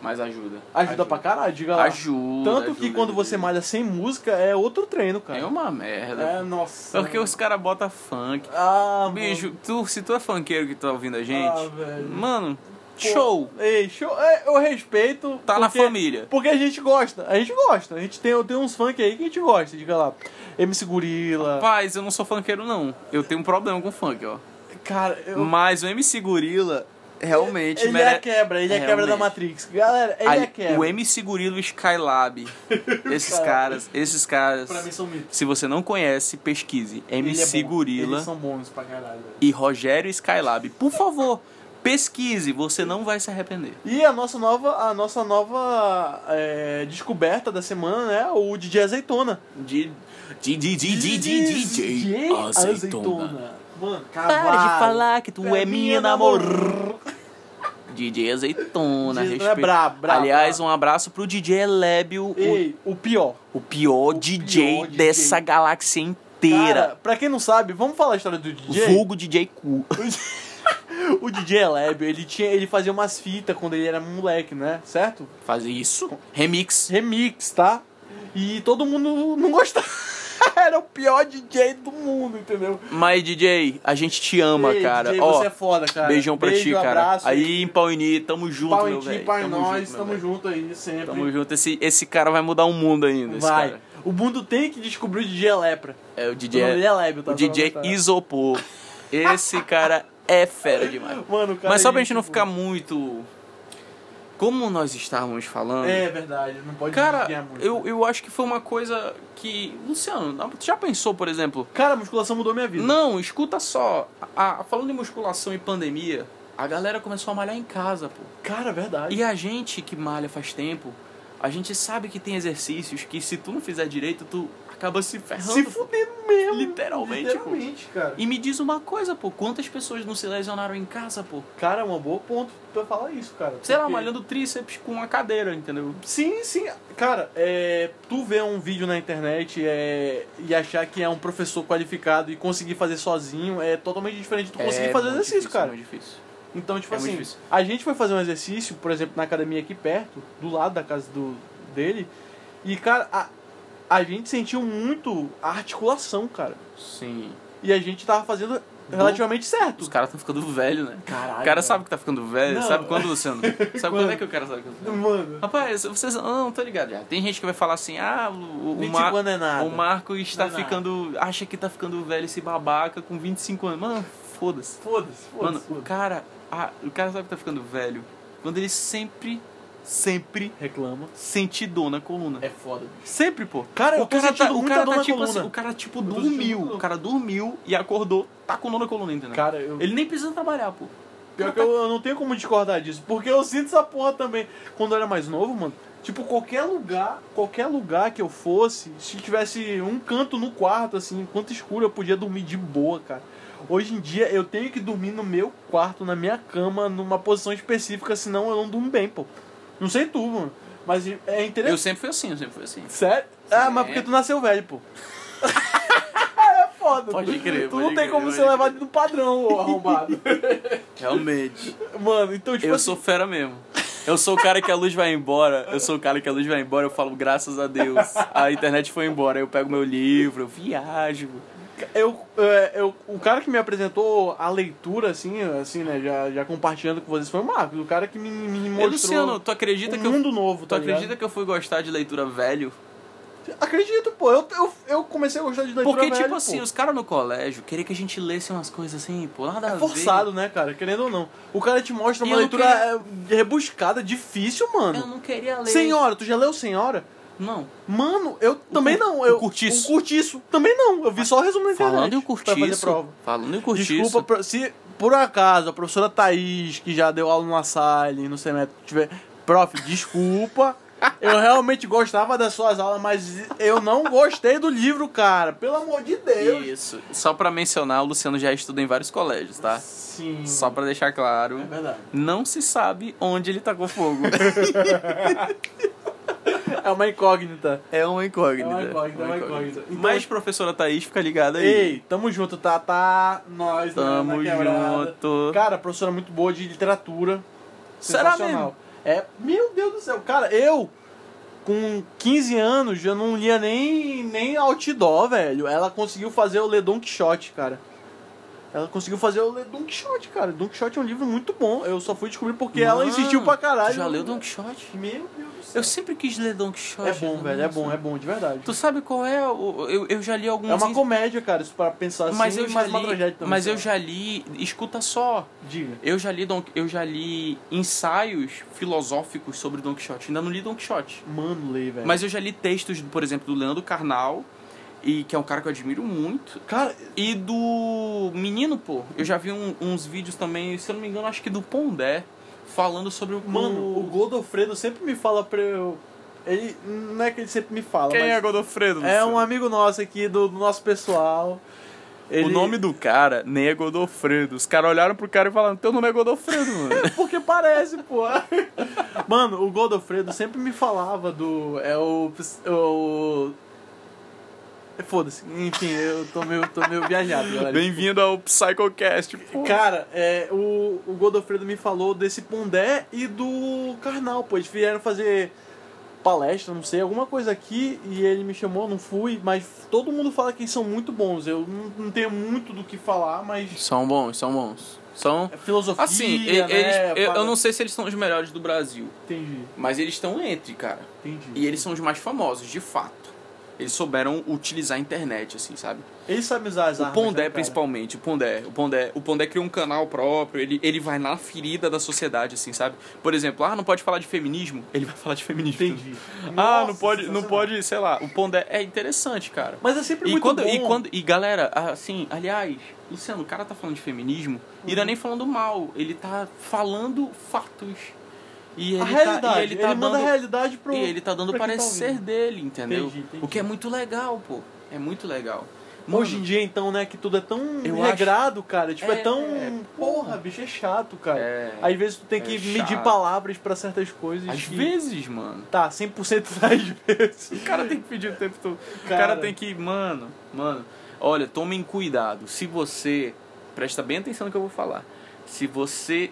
S1: Mas ajuda.
S2: Ajuda, pra caralho, diga lá.
S1: Ajuda.
S2: Tanto que quando você malha sem música, é outro treino, cara.
S1: É uma merda.
S2: É, nossa.
S1: Porque os caras botam funk.
S2: Ah, mano.
S1: Bicho, tu, se tu é funkeiro que tá ouvindo a gente,
S2: Ah, velho.
S1: mano, Show!
S2: Ei, show. é, eu respeito.
S1: Tá na família.
S2: Porque a gente gosta. A gente gosta. A gente tem, tem uns funk aí que a gente gosta, diga lá. MC Gorila.
S1: Rapaz, eu não sou funkeiro, não. Eu tenho um problema com funk, ó.
S2: Cara, eu.
S1: Mas o MC Gorila realmente
S2: Ele é a
S1: merece.
S2: quebra, ele é a quebra da
S1: Realmente.
S2: Matrix. Galera, ele é a
S1: o
S2: quebra.
S1: MC Gorila e o
S2: [laughs]
S1: Skylab. Esses caras, esses caras.
S2: Pra mim são mitos.
S1: Se você não conhece, pesquise.
S2: Ele é
S1: MC
S2: bom.
S1: Gorila
S2: Eles são bons pra caralho. velho.
S1: e Rogério Skylab. Por favor, pesquise, você não vai se arrepender.
S2: E a nossa nova, a nossa nova é, descoberta da semana é o DJ Azeitona.
S1: De. De, de, de, de, de, DJ Azeitona.
S2: Mano,
S1: Para de falar que tu
S2: É
S1: é minha
S2: minha namor-
S1: namorada. DJ Azeitona,
S2: DJ
S1: respeito.
S2: é brabo, brabo,
S1: Aliás,
S2: brabo.
S1: um abraço pro DJ Elébio, o,
S2: Ei, o pior.
S1: o pior DJ
S2: pior DJ.
S1: dessa galáxia
S2: Cara,
S1: inteira.
S2: pra quem não sabe, vamos falar a história do DJ.
S1: Vulgo DJ Cu.
S2: O DJ Elébio, ele, tinha, ele fazia umas fitas quando ele era moleque, né? Certo?
S1: Fazer isso? Remix.
S2: Remix, tá? E todo mundo não gostava. [laughs] era o pior DJ do mundo, entendeu?
S1: Mas, DJ, a gente te ama,
S2: Ei,
S1: cara.
S2: DJ,
S1: Ó,
S2: você é foda, cara.
S1: beijão pra
S2: Beijo,
S1: ti, cara.
S2: abraço.
S1: Aí, em Pauni, tamo junto,
S2: pau
S1: meu
S2: em ti,
S1: velho.
S2: pai
S1: Tamo
S2: nós,
S1: junto, meu
S2: tamo
S1: velho.
S2: junto aí sempre.
S1: Tamo junto. Esse, esse cara vai mudar o mundo ainda, esse
S2: Vai.
S1: cara.
S2: O mundo tem que descobrir o DJ Lepra.
S1: É, o
S2: O nome
S1: DJ...
S2: dele é Lébio, tá?
S1: O DJ
S2: Tá.
S1: Isopor. Esse cara é fera demais.
S2: Mano, o cara.
S1: Mas só
S2: é
S1: pra gente não
S2: tipo-
S1: ficar muito. Como nós estávamos falando.
S2: É verdade, não pode
S1: Cara,
S2: desviar muito. né?
S1: eu, eu acho que foi uma coisa que. Luciano, não- tu já pensou, por exemplo?
S2: Cara, a musculação mudou minha vida.
S1: Não, escuta só. a- a- falando em musculação e pandemia, a galera começou a malhar em casa, pô.
S2: Cara, é verdade.
S1: E a gente que malha faz tempo, a gente sabe que tem exercícios que se tu não fizer direito, tu acaba se ferrando.
S2: Se
S1: pô.
S2: fudendo mesmo.
S1: é Literalmente, pô.
S2: Literalmente, cara.
S1: E me diz uma coisa, pô, quantas pessoas não se lesionaram em casa, pô?
S2: Cara, é um bom ponto pra falar isso, cara.
S1: Sei lá,
S2: Porque-
S1: malhando tríceps com uma cadeira, entendeu?
S2: Sim, sim. Cara, é, tu vê um vídeo na internet é, e achar que é um professor qualificado e conseguir fazer sozinho é totalmente diferente do conseguir fazer
S1: É muito
S2: exercício,
S1: difícil,
S2: cara.
S1: muito difícil.
S2: Então, tipo
S1: É muito
S2: assim,
S1: difícil.
S2: a gente foi fazer um exercício, por exemplo, na academia aqui perto, do lado da casa do, dele, e, cara, a, a gente sentiu muito a articulação, cara.
S1: Sim.
S2: E a gente tava fazendo relativamente
S1: Os
S2: certo.
S1: caras estão ficando velho, né?
S2: Caralho.
S1: o cara sabe que tá ficando velho,
S2: Não.
S1: sabe quando,
S2: [laughs]
S1: Luciano? Sabe quando?
S2: Quando?
S1: é que o cara sabe que tá ficando velho?
S2: Mano,
S1: Rapaz, vocês não, não tô ligado já. Tem gente que vai falar assim, ah, o, o,
S2: 25
S1: Mar-
S2: anos é nada.
S1: o Marco está
S2: Não é nada.
S1: ficando. acha que tá ficando velho esse babaca com 25 anos. Mano, foda-se.
S2: Foda-se,
S1: Mano,
S2: foda-se.
S1: o cara. ah, o cara sabe que tá ficando velho. Quando ele sempre, sempre
S2: Reclama.
S1: sente dor na coluna.
S2: É foda.
S1: Sempre, pô.
S2: Cara,
S1: o cara,
S2: um
S1: tá, o cara tá tipo assim, o
S2: assim.
S1: cara tipo
S2: tô
S1: dormiu,
S2: sentindo dor.
S1: o cara dormiu e acordou, tá com dor na coluna, entendeu?
S2: Cara, eu.
S1: Ele nem precisa trabalhar, pô.
S2: Pior
S1: tá-
S2: que eu, eu não tenho como discordar disso, porque eu sinto essa porra também. Quando eu era mais novo, mano, tipo, qualquer lugar, qualquer lugar que eu fosse, se tivesse um canto no quarto, assim, enquanto escuro, eu podia dormir de boa, cara. Hoje em dia eu tenho que dormir no meu quarto, na minha cama, numa posição específica, senão eu não durmo bem, pô. Não sei tu, mano. Mas é interessante.
S1: Eu sempre fui assim, eu sempre fui assim.
S2: [laughs] Sério? Ah, mas
S1: É.
S2: porque tu nasceu
S1: [laughs]
S2: velho, pô. é foda.
S1: Pode crer,
S2: Tu
S1: pode
S2: não tem
S1: crer,
S2: como
S1: pode
S2: ser levado do padrão,
S1: [laughs]
S2: ô arrombado.
S1: Realmente.
S2: Mano, então, tipo
S1: Eu
S2: assim,
S1: sou fera mesmo. Eu sou o cara que a luz vai embora. Eu sou o cara que a luz vai embora. Eu falo, graças a Deus. A internet foi embora. Eu pego meu livro, eu viajo.
S2: Eu, é, eu, o cara que me apresentou a leitura, assim, assim, né, já, já compartilhando com vocês, foi o Marcos. O cara que me, me
S1: Ô,
S2: mostrou
S1: É Luciano, tu acredita
S2: um
S1: que eu.
S2: mundo novo,
S1: Tu
S2: tá ligado?
S1: acredita que eu fui gostar de leitura velho?
S2: Acredito, pô. Eu, eu, eu comecei a gostar de leitura
S1: Porque,
S2: velho,
S1: tipo
S2: pô.
S1: assim, os caras no colégio queriam que a gente lesse umas coisas assim, pô, nada a
S2: É
S1: ver.
S2: forçado, né, cara? Querendo ou não. O cara te mostra
S1: E eu
S2: uma
S1: não
S2: leitura é, rebuscada, difícil,
S1: Eu
S2: mano. É
S1: não queria ler.
S2: Senhora, tu já leu Senhora?
S1: Não.
S2: Mano, eu também
S1: cur-
S2: não. Eu,
S1: o Curtiço.
S2: O Curtiço. Também não. Eu vi só resumo na internet.
S1: Falando em
S2: Pra fazer
S1: curtiço.
S2: prova.
S1: Falando em curtiço.
S2: Desculpa pro- se por acaso a professora Thaís, que já deu aula na sala e no semestre, tiver. Prof,
S1: [laughs]
S2: desculpa. Eu realmente gostava das suas aulas, mas eu não gostei do livro, cara. Pelo amor de Deus.
S1: Isso. Só pra mencionar, o Luciano já estuda em vários colégios, tá?
S2: Sim.
S1: Só pra deixar claro.
S2: É verdade.
S1: Não se sabe onde ele tacou
S2: [laughs]
S1: fogo.
S2: É uma incógnita.
S1: É uma incógnita.
S2: É uma incógnita, é uma incógnita. Então-
S1: Mas, professora Thaís, fica ligada aí.
S2: Ei, tamo junto, tá? Tá. Nós, né, na
S1: Tamo
S2: quebrada.
S1: junto.
S2: Cara, professora é muito boa de literatura.
S1: Será
S2: Sensacional.
S1: mesmo?
S2: É, meu Deus do céu. Cara, eu, com 15 anos, eu não lia nem, nem outdoor, velho. Ela conseguiu fazer eu ler Don Quixote, cara. Ela conseguiu fazer eu ler Don Quixote, cara. Don Quixote é um livro muito bom. Eu só fui descobrir porque ela
S1: Mano,
S2: insistiu pra caralho.
S1: Tu já leu Don Quixote?
S2: Meu Deus do céu.
S1: Eu sempre quis ler Don Quixote.
S2: É bom,
S1: né?
S2: velho. É bom, é bom, de verdade.
S1: Tu sabe qual é? o- Eu, eu já li alguns.
S2: É uma comédia, cara, se para pensar assim.
S1: mas eu já
S2: mas uma tragédia
S1: li,
S2: também,
S1: mas eu
S2: cara.
S1: já li, escuta só,
S2: Diga.
S1: eu já li, Don, eu já li ensaios filosóficos sobre Don Quixote, ainda não li Don Quixote.
S2: Mano, lê, velho.
S1: Mas eu já li textos, por exemplo, do Leandro Carnal, e que é um cara que eu admiro muito,
S2: Cara,
S1: e do menino, pô, eu já vi um- uns vídeos também, se eu não me engano, acho que do Pondé, falando sobre o
S2: mano, o Godofredo sempre me fala pra eu. Ele. Não é que ele sempre me fala,
S1: quem é
S2: mas.
S1: Godofredo?
S2: É
S1: Luciano?
S2: um amigo nosso aqui, do, do
S1: [laughs]
S2: nosso pessoal. Ele-
S1: O nome do cara nem é Godofredo. Os caras olharam pro cara e falaram: Teu nome é Godofredo,
S2: [laughs]
S1: mano.
S2: Porque parece, pô. Mano, o Godofredo sempre me falava do. É o. ps- o... é, Foda-se. Enfim, eu tô meio, tô meio viajado, galera.
S1: Bem-vindo ao Psychocast, pô.
S2: Cara, é, o, o Godofredo me falou desse Pondé e do Carnal, pô. Eles vieram fazer palestra, não sei, alguma coisa aqui e ele me chamou, não fui, mas todo mundo fala que eles são muito bons. Eu não, não tenho muito do que falar, mas.
S1: São bons, são bons. São.
S2: é Filosofia.
S1: Assim, e-
S2: né?
S1: eles, eu,
S2: Para-
S1: eu não sei se eles são os melhores do Brasil,
S2: Entendi,
S1: mas eles estão entre, cara.
S2: entendi.
S1: E eles são os mais famosos, de fato. Eles souberam utilizar a internet, assim, sabe?
S2: Eles sabem usar as
S1: O
S2: armas, né,
S1: Pondé,
S2: cara?
S1: principalmente, o Pondé. O Pondé, o Pondé criou um canal próprio, ele, ele vai na ferida da sociedade, assim, sabe? Por exemplo, ah, não pode falar de feminismo? Ele vai falar de feminismo.
S2: Entendi.
S1: Ah,
S2: Nossa,
S1: não pode, não
S2: sensacional.
S1: pode, sei lá, o Pondé é interessante, cara.
S2: Mas é sempre
S1: E
S2: muito
S1: quando,
S2: bom.
S1: e quando e galera, assim, aliás, Luciano, o cara tá falando de feminismo e não é nem falando mal, ele tá falando fatos. E ele
S2: a
S1: tá,
S2: realidade,
S1: e ele tá
S2: manda
S1: dando,
S2: a realidade pro
S1: e ele tá dando o
S2: pra quem tá
S1: parecer
S2: ouvindo.
S1: dele, entendeu?
S2: Entendi, entendi.
S1: O que é muito legal, pô. É muito legal.
S2: Hoje em dia, então, né, que tudo é tão
S1: Eu
S2: regrado, cara. Tipo, é,
S1: É,
S2: tão...
S1: é,
S2: Porra, bicho, é chato, cara.
S1: É,
S2: Às vezes tu tem
S1: é
S2: que
S1: chato.
S2: medir palavras pra certas coisas
S1: às
S2: que-
S1: vezes, mano,
S2: Tá, 100% [laughs] das vezes.
S1: O cara tem que pedir o tempo todo. O
S2: Cara.
S1: cara tem que. Mano, mano. Olha, tomem cuidado. Se você. Presta bem atenção no que eu vou falar. Se você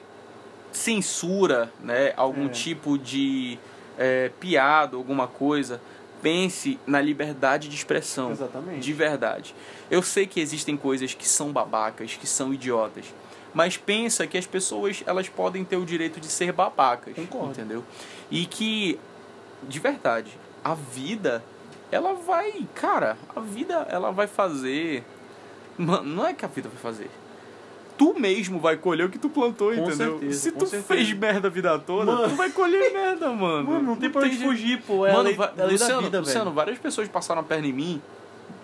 S1: censura, né, algum
S2: É.
S1: tipo de é, piada, alguma coisa, pense na liberdade de expressão.
S2: Exatamente.
S1: De verdade. Eu sei que existem coisas que são babacas, que são idiotas. Mas pensa que as pessoas elas podem ter o direito de ser babacas,
S2: Concordo.
S1: entendeu? E que de verdade, a vida, ela vai, cara, a vida ela vai fazer. Mano, não é que a vida vai fazer. Tu mesmo vai colher o que tu plantou,
S2: Com
S1: entendeu?
S2: certeza,
S1: Se
S2: com
S1: tu
S2: certeza.
S1: fez merda a vida toda,
S2: Mano.
S1: tu vai colher merda, mano.
S2: Mano, não tem pra onde
S1: jeito.
S2: fugir, pô. É a
S1: Mano,
S2: lei,
S1: va-
S2: é a lei da
S1: Luciano,
S2: vida,
S1: Luciano,
S2: velho.
S1: várias pessoas passaram a perna em mim,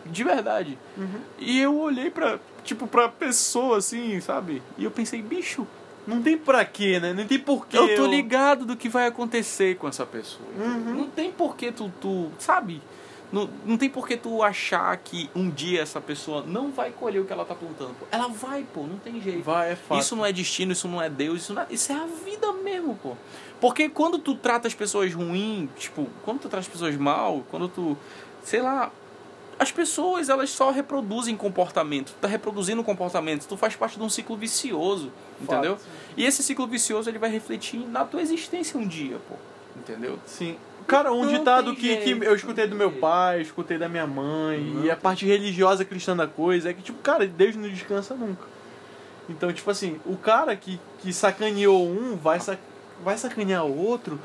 S1: de verdade.
S2: Uhum.
S1: E eu olhei pra, tipo, pra pessoa, assim, sabe? E eu pensei, bicho,
S2: Não tem pra quê, né? Não tem porquê.
S1: eu tô ligado do que vai acontecer com essa pessoa.
S2: Uhum.
S1: Não tem por que tu, tu sabe? Não, não tem por que tu achar que um dia essa pessoa não vai colher o que ela tá plantando. pô. Ela vai, pô, não tem jeito.
S2: Vai, é fácil.
S1: Isso não é destino, isso não é Deus, isso, não é- isso é a vida mesmo, pô. Porque quando tu trata as pessoas ruim, tipo, quando tu trata as pessoas mal, quando tu, sei lá, as pessoas elas só reproduzem comportamento, tu tá reproduzindo comportamento, tu faz parte de um ciclo vicioso,
S2: é
S1: entendeu? E esse ciclo vicioso ele vai refletir na tua existência um dia, pô. Entendeu?
S2: Sim. Cara, um
S1: Não
S2: ditado
S1: tem
S2: que, que
S1: jeito,
S2: eu escutei do
S1: não
S2: meu
S1: tem
S2: pai, escutei da minha mãe,
S1: Uhum.
S2: e a parte religiosa cristã da coisa é que, tipo, cara, Deus não descansa nunca. Então, tipo assim, o cara que, que sacaneou um vai, sac... vai sacanear o outro.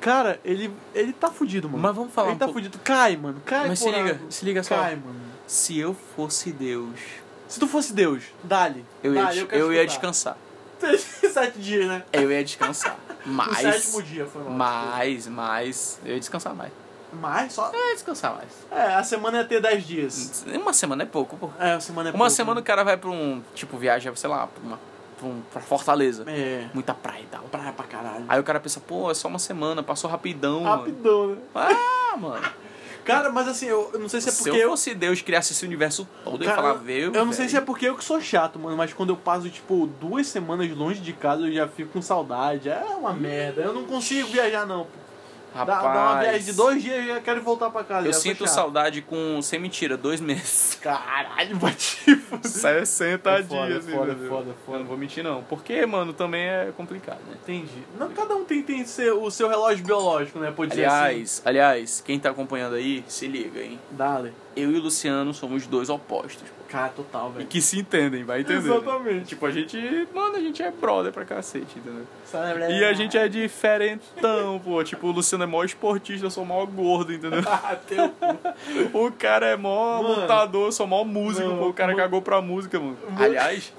S2: Cara, ele, ele tá fudido, mano.
S1: Mas vamos falar
S2: Ele
S1: um
S2: tá
S1: pouco-
S2: fudido. Cai, mano. Cai,
S1: Mas se
S2: por
S1: liga,
S2: água.
S1: se liga só.
S2: Cai, mano.
S1: Se eu fosse Deus,
S2: Se tu fosse Deus, dale.
S1: eu ia,
S2: Dale,
S1: des- eu
S2: quero
S1: ia
S2: escutar.
S1: descansar.
S2: [laughs] Sete dias, né?
S1: Eu ia
S2: [laughs]
S1: descansar.
S2: No
S1: Mas.
S2: sétimo dia foi lá.
S1: Mas, mas. Eu ia descansar mais.
S2: Mas só.
S1: Eu ia descansar mais.
S2: É, a semana ia ter dez dias.
S1: Uma semana é pouco, pô.
S2: É, a semana é
S1: Uma
S2: pouco,
S1: semana
S2: né?
S1: o cara vai pra um. Tipo, viaja, sei lá, pra, uma, pra, um- pra Fortaleza.
S2: É.
S1: Muita praia e tal.
S2: Praia pra caralho.
S1: Aí o cara pensa, pô, é só uma semana, passou rapidão. Mano.
S2: Rapidão, né?
S1: Ah, mano.
S2: Cara, mas assim, eu, eu não sei se é
S1: Se
S2: porque
S1: eu
S2: eu.
S1: fosse Deus criasse esse universo todo, eu ia
S2: Cara,
S1: falar, viu?
S2: eu não sei
S1: velho?
S2: se é porque eu que sou chato, mano, mas quando eu passo, tipo, duas semanas longe de casa, eu já fico com saudade. É uma merda. Eu não consigo viajar, não. pô. Dá,
S1: Rapaz,
S2: dá uma viagem de dois dias e eu já quero voltar pra
S1: Eu
S2: casa. já sou
S1: sinto
S2: chato.
S1: saudade com, sem mentira, dois
S2: [laughs]
S1: meses.
S2: Caralho, [laughs] batido.
S1: Sai
S2: É foda,
S1: sentadinho,
S2: é
S1: assim,
S2: foda,
S1: entendeu?
S2: foda, foda.
S1: Eu Não vou mentir, não. Porque, mano, também é complicado, né?
S2: Entendi. Não, cada um tem, tem seu, o
S1: é,
S2: seu relógio biológico, né? Pode dizer
S1: Aliás, aliás, quem tá acompanhando aí, se liga, hein?
S2: assim. Dale.
S1: eu e o Luciano somos dois opostos. pô.
S2: Cara, total,
S1: E
S2: velho.
S1: que se entendem, vai entender. né?
S2: Exatamente.
S1: Tipo, a gente. Mano, a gente é brother pra cacete, entendeu?
S2: Só lembra-
S1: E a
S2: [laughs]
S1: gente é diferentão, pô. Tipo, o Luciano é mó esportista, eu sou mó gordo, entendeu?
S2: Ah, teu cu.
S1: O cara é mó
S2: Mano.
S1: lutador, eu sou mó músico,
S2: Não,
S1: pô. O cara
S2: mano.
S1: cagou pra música, mano.
S2: Mano.
S1: Aliás,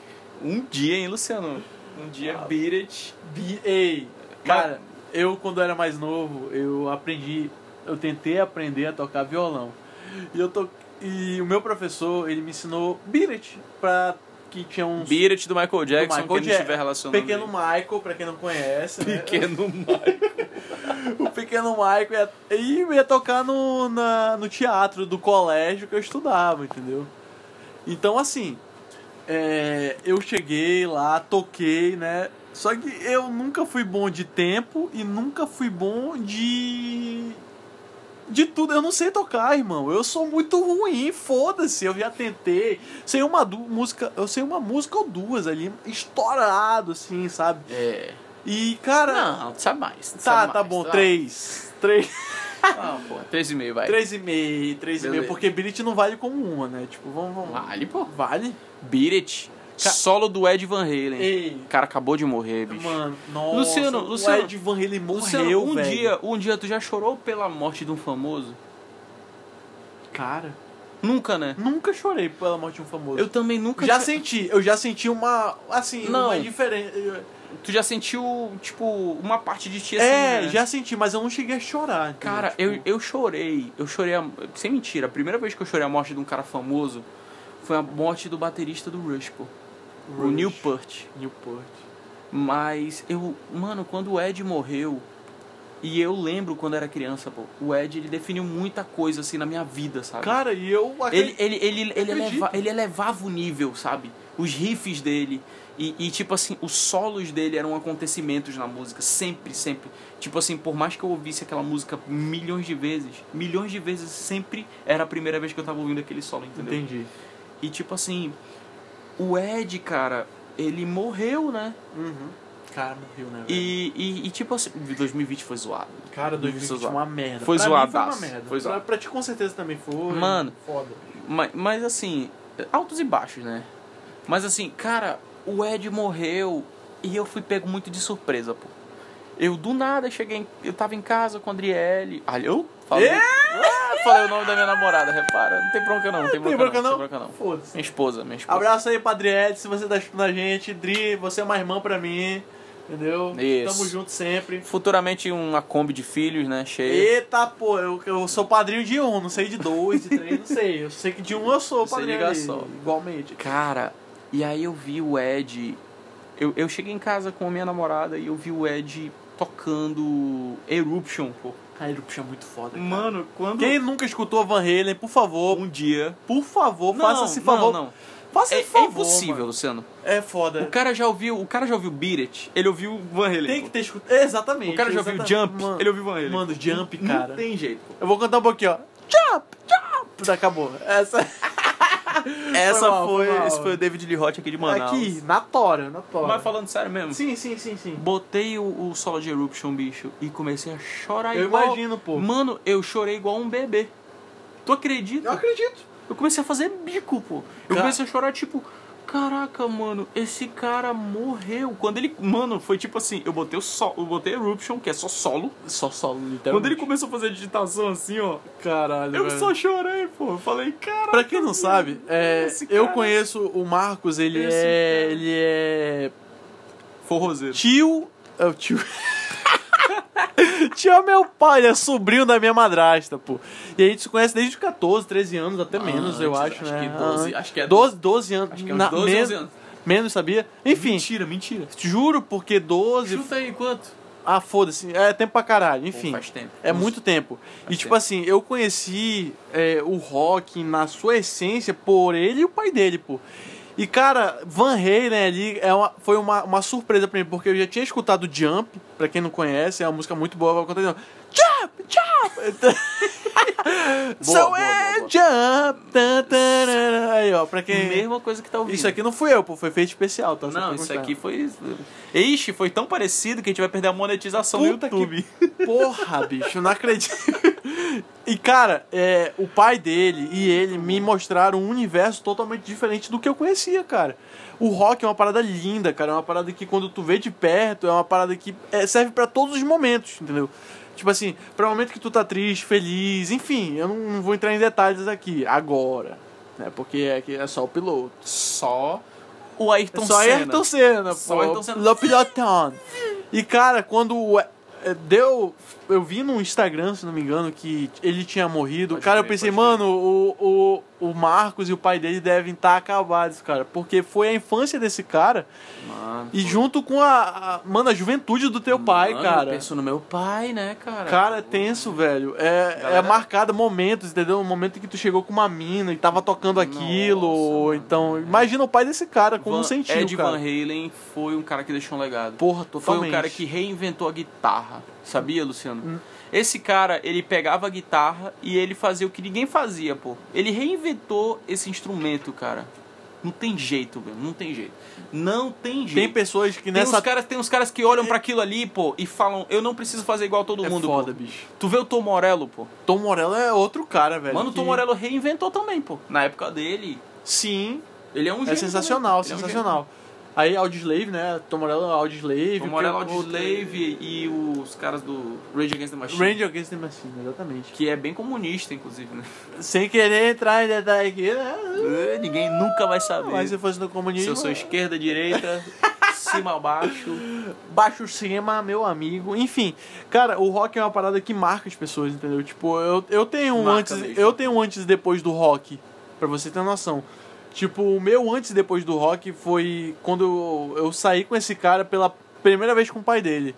S1: um dia, hein, Luciano? Um dia,
S2: Ah.
S1: beat it.
S2: Bi- Ei, cara, eu quando era mais novo, eu aprendi, eu tentei aprender a tocar violão. E eu to... e o meu professor, ele me ensinou beat it, pra que tinha uns
S1: Beat it do Michael
S2: do
S1: Jackson, quem não
S2: Jack-
S1: estiver relacionado.
S2: Pequeno Michael, pra quem não conhece, né?
S1: Pequeno Michael.
S2: O pequeno Michael ia, e ia tocar no, na- no teatro do colégio que eu estudava, entendeu? Então, assim, é, eu cheguei lá, toquei, né? Só que eu nunca fui bom de tempo e nunca fui bom de. De tudo, eu não sei tocar, irmão. Eu sou muito ruim, foda-se. Eu já tentei. Sei uma du- música, eu sei uma música ou duas ali, estourado, assim, sabe?
S1: É.
S2: E, cara.
S1: Não, sabe mais.
S2: Tá,
S1: sabe
S2: tá
S1: mais,
S2: bom,
S1: sabe?
S2: três. Três.
S1: Não, pô, três e meio, vai.
S2: Três e meio, três e meio,
S1: Beleza.
S2: porque Billet não vale como uma, né? Tipo, vamos, vamos.
S1: Vale, pô.
S2: Vale?
S1: Beat It.
S2: Ca-
S1: Solo do Ed Van Halen.
S2: Ei.
S1: O cara acabou de morrer, bicho.
S2: Mano, nossa.
S1: Luciano, Luciano,
S2: O Ed Van Halen morreu,
S1: Luciano, um
S2: velho.
S1: dia, um dia tu já chorou pela morte de um famoso?
S2: Cara,
S1: Nunca, né?
S2: nunca chorei pela morte de um famoso.
S1: Eu também nunca
S2: já
S1: cho-
S2: senti, eu já senti uma, assim,
S1: Não.
S2: uma diferença.
S1: Tu já sentiu, tipo, uma parte de ti assim,
S2: É,
S1: né?
S2: já senti, mas eu não cheguei a chorar. entendeu?
S1: Cara,
S2: Tipo,
S1: eu, eu chorei. Eu chorei, a... sem mentira, a primeira vez que eu chorei a morte de um cara famoso foi a morte do baterista do Rush, pô. O
S2: Rush,
S1: Newport.
S2: Newport.
S1: Mas eu, mano, quando o Ed morreu, e eu lembro quando era criança, pô, o Ed ele definiu muita coisa assim na minha vida, sabe?
S2: Cara, e eu
S1: ele, ele, ele, ele,
S2: acredito.
S1: eleva- ele elevava o nível, sabe? Os riffs dele. E, e, tipo assim, os solos dele eram acontecimentos na música. Sempre, sempre. Tipo assim, por mais que eu ouvisse aquela música milhões de vezes, milhões de vezes sempre era a primeira vez que eu tava ouvindo aquele solo, entendeu?
S2: Entendi.
S1: E tipo assim, o Ed, cara, ele morreu, né?
S2: Uhum. Cara, morreu, né? velho?
S1: E, e, e, tipo assim, 2020 foi zoado.
S2: Cara,
S1: Foi
S2: 2020
S1: zoado.
S2: é uma merda.
S1: Foi
S2: pra mim foi uma
S1: zoadaço.
S2: merda.
S1: Foi
S2: pra,
S1: zoado.
S2: pra ti com certeza também foi.
S1: Mano.
S2: Foda.
S1: Mas, mas assim, altos e baixos, né? Mas assim, cara, o Ed morreu e eu fui pego muito de surpresa, pô. Eu do nada cheguei, em- eu tava em casa com a Adriele. Ali eu falei,
S2: É?
S1: Ah, falei o nome da minha namorada, repara. Não tem bronca não, não tem bronca, não, não tem bronca não.
S2: Foda-se.
S1: Minha esposa, minha esposa.
S2: Abraço aí, Padre Ed, se você tá escutando a gente. Dri, você é uma irmã pra mim. Entendeu?
S1: Isso.
S2: Tamo junto sempre.
S1: Futuramente uma Kombi de filhos, né? Cheia.
S2: Eita, pô, eu, eu sou padrinho de um, não sei de dois, de três, não sei. Eu sei que de um eu sou
S1: Você
S2: padrinho.
S1: liga
S2: ali,
S1: só.
S2: Igualmente.
S1: Cara, e aí eu vi o Ed. Eu, eu cheguei em casa com a minha namorada e eu vi o Ed tocando Eruption, pô.
S2: A Eruption é muito foda. Cara.
S1: Mano, quando.
S2: Quem nunca escutou Van Halen, por favor,
S1: Um dia.
S2: por favor,
S1: Não,
S2: faça esse favor.
S1: Não, não.
S2: Faça
S1: É,
S2: esse favor.
S1: é impossível,
S2: mano.
S1: Luciano.
S2: É foda.
S1: O cara já ouviu, o cara já ouviu Beat It, ele ouviu Van Halen.
S2: Tem
S1: pô.
S2: que ter escutado. Exatamente.
S1: O cara já ouviu
S2: exata-
S1: Jump,
S2: Mano,
S1: ele ouviu Van Halen.
S2: Mano, Jump,
S1: Não
S2: cara.
S1: tem jeito. pô.
S2: Eu vou cantar um pouquinho, ó. Jump, jump. Acabou. Essa.
S1: Essa
S2: Foi mal,
S1: foi,
S2: foi mal.
S1: esse foi o David Lee Roth aqui de Manaus.
S2: é Aqui, na tora, na tora.
S1: Mas falando sério mesmo,
S2: Sim, sim, sim, sim.
S1: botei o, o solo de Eruption, bicho, e comecei a chorar
S2: Eu
S1: igual...
S2: imagino, pô.
S1: Mano, eu chorei igual um bebê. Tu acredita?
S2: Eu acredito.
S1: Eu comecei a fazer bico, pô. Eu
S2: Ca-
S1: comecei a chorar, tipo, caraca, mano, esse cara morreu. Quando ele. Mano, foi tipo assim, eu botei o sol. Eu botei Eruption, que é só solo.
S2: Só solo,
S1: Quando ele
S2: literalmente.
S1: começou a fazer a digitação assim, ó,
S2: Caralho,
S1: eu
S2: velho.
S1: só chorei, pô. Eu falei, caraca.
S2: Pra quem não
S1: mano,
S2: sabe, é,
S1: esse
S2: eu
S1: cara-
S2: conheço o Marcos, ele
S1: Esse
S2: é.
S1: cara.
S2: Ele é.
S1: Forrozeiro.
S2: Tio. É o tio. [laughs] tio é meu pai, ele é sobrinho da minha madrasta, pô. E a gente se conhece desde os 14, 13 anos, até menos, eu
S1: Ah, antes,
S2: acho,
S1: acho
S2: né?
S1: que 12,
S2: Ah,
S1: acho que é
S2: 12, 12 anos.
S1: Acho que é uns
S2: na-
S1: 12, 11
S2: men-
S1: anos.
S2: Menos, sabia? Enfim,
S1: Mentira, mentira.
S2: juro porque 12.
S1: Chuta aí quanto?
S2: Ah, foda-se, é tempo pra caralho, enfim.
S1: faz tempo.
S2: É muito tempo. e
S1: Faz
S2: tipo
S1: tempo.
S2: assim, eu conheci é, o rock na sua essência por ele e o pai dele, pô. E cara, Van Halen ali é uma- foi uma, uma surpresa pra mim, porque eu já tinha escutado Jump, pra quem não conhece, é uma música muito boa, vai contar de novo. Jump, jump! [laughs] Então- so
S1: Boa, boa,
S2: é
S1: boa, boa.
S2: jump! tan, tan, tan. Aí, ó, pra quem.
S1: Mesma coisa que tá ouvindo.
S2: Isso aqui não fui eu, pô, foi feito especial, tá? Só
S1: Não,
S2: pra
S1: isso
S2: constar.
S1: aqui foi. Ixi, foi tão parecido que a gente vai perder a monetização
S2: Puta
S1: do YouTube.
S2: que porra, bicho, não acredito. E, cara, é, o pai dele e ele me mostraram um universo totalmente diferente do que eu conhecia, cara. O rock é uma parada linda, cara. É uma parada que quando tu vê de perto, é uma parada que é, serve pra todos os momentos, entendeu? Tipo assim, pra momento que tu tá triste, feliz, enfim, eu não, não vou entrar em detalhes aqui agora. Né? Porque é, que é só o piloto.
S1: Só o Ayrton
S2: Só
S1: Senna.
S2: Ayrton Senna,
S1: Só
S2: pô.
S1: Ayrton Senna.
S2: Le Piloton. E, cara, quando o- é, deu... Eu vi no Instagram, se não me engano, que ele tinha morrido.
S1: Pode
S2: cara, eu
S1: crer,
S2: pensei,
S1: pode crer.
S2: mano, o, o, o Marcos e o pai dele devem estar acabados, cara. Porque foi a infância desse cara
S1: Mano,
S2: e junto com a, a- Mano, a juventude do teu pai,
S1: mano,
S2: cara.
S1: Eu penso no meu pai, né, cara?
S2: Cara, é tenso, velho. É,
S1: Galera-
S2: é marcado momentos, entendeu? O momento em que tu chegou com uma mina e tava tocando aquilo.
S1: Nossa,
S2: ou
S1: mano.
S2: então, imagina o pai desse cara, como
S1: Van,
S2: sentiu,
S1: Ed
S2: um cara.
S1: Van Halen foi um cara que deixou um legado.
S2: Porra, totalmente. Hum.
S1: Foi um cara que reinventou a guitarra. Sabia, Luciano? Esse cara, ele pegava a guitarra e ele fazia o que ninguém fazia, pô. Ele reinventou esse instrumento, cara. Não tem jeito, velho. Não tem jeito. Não tem jeito.
S2: Tem pessoas que
S1: Tem
S2: nessa...
S1: uns caras, tem uns caras que olham pra aquilo ali, pô, e falam, eu não preciso fazer igual todo
S2: É
S1: mundo,
S2: foda,
S1: pô.
S2: bicho.
S1: Tu vê o Tom Morello, pô.
S2: Tom Morello é outro cara, velho.
S1: Mano, o
S2: que-
S1: Tom Morello reinventou também, pô. Na época dele,
S2: Sim,
S1: ele é um
S2: é
S1: gênio também,
S2: sensacional,
S1: pô. Ele é um
S2: sensacional. Aí, Audioslave, né? Tom Morello, Audioslave.
S1: gênio. Tom Morello,
S2: que-
S1: Audioslave e os caras do Rage Against the Machine.
S2: Range Against the Machine, exatamente.
S1: Que é bem comunista, inclusive, né? [laughs]
S2: Sem querer entrar em detalhe aqui, né?
S1: Eh, Ninguém nunca vai saber.
S2: Mas se fosse no
S1: Se
S2: comunismo...
S1: eu sou esquerda,
S2: [laughs]
S1: direita, cima ou baixo.
S2: baixo cinema, meu amigo. Enfim, cara, o rock é uma parada que marca as pessoas, entendeu? Tipo, eu, eu tenho um
S1: Marca
S2: antes,
S1: mesmo.
S2: eu tenho um antes e depois do rock, pra você ter noção. Tipo, o meu antes e depois do rock foi quando eu, eu saí com esse cara pela primeira vez com o pai dele.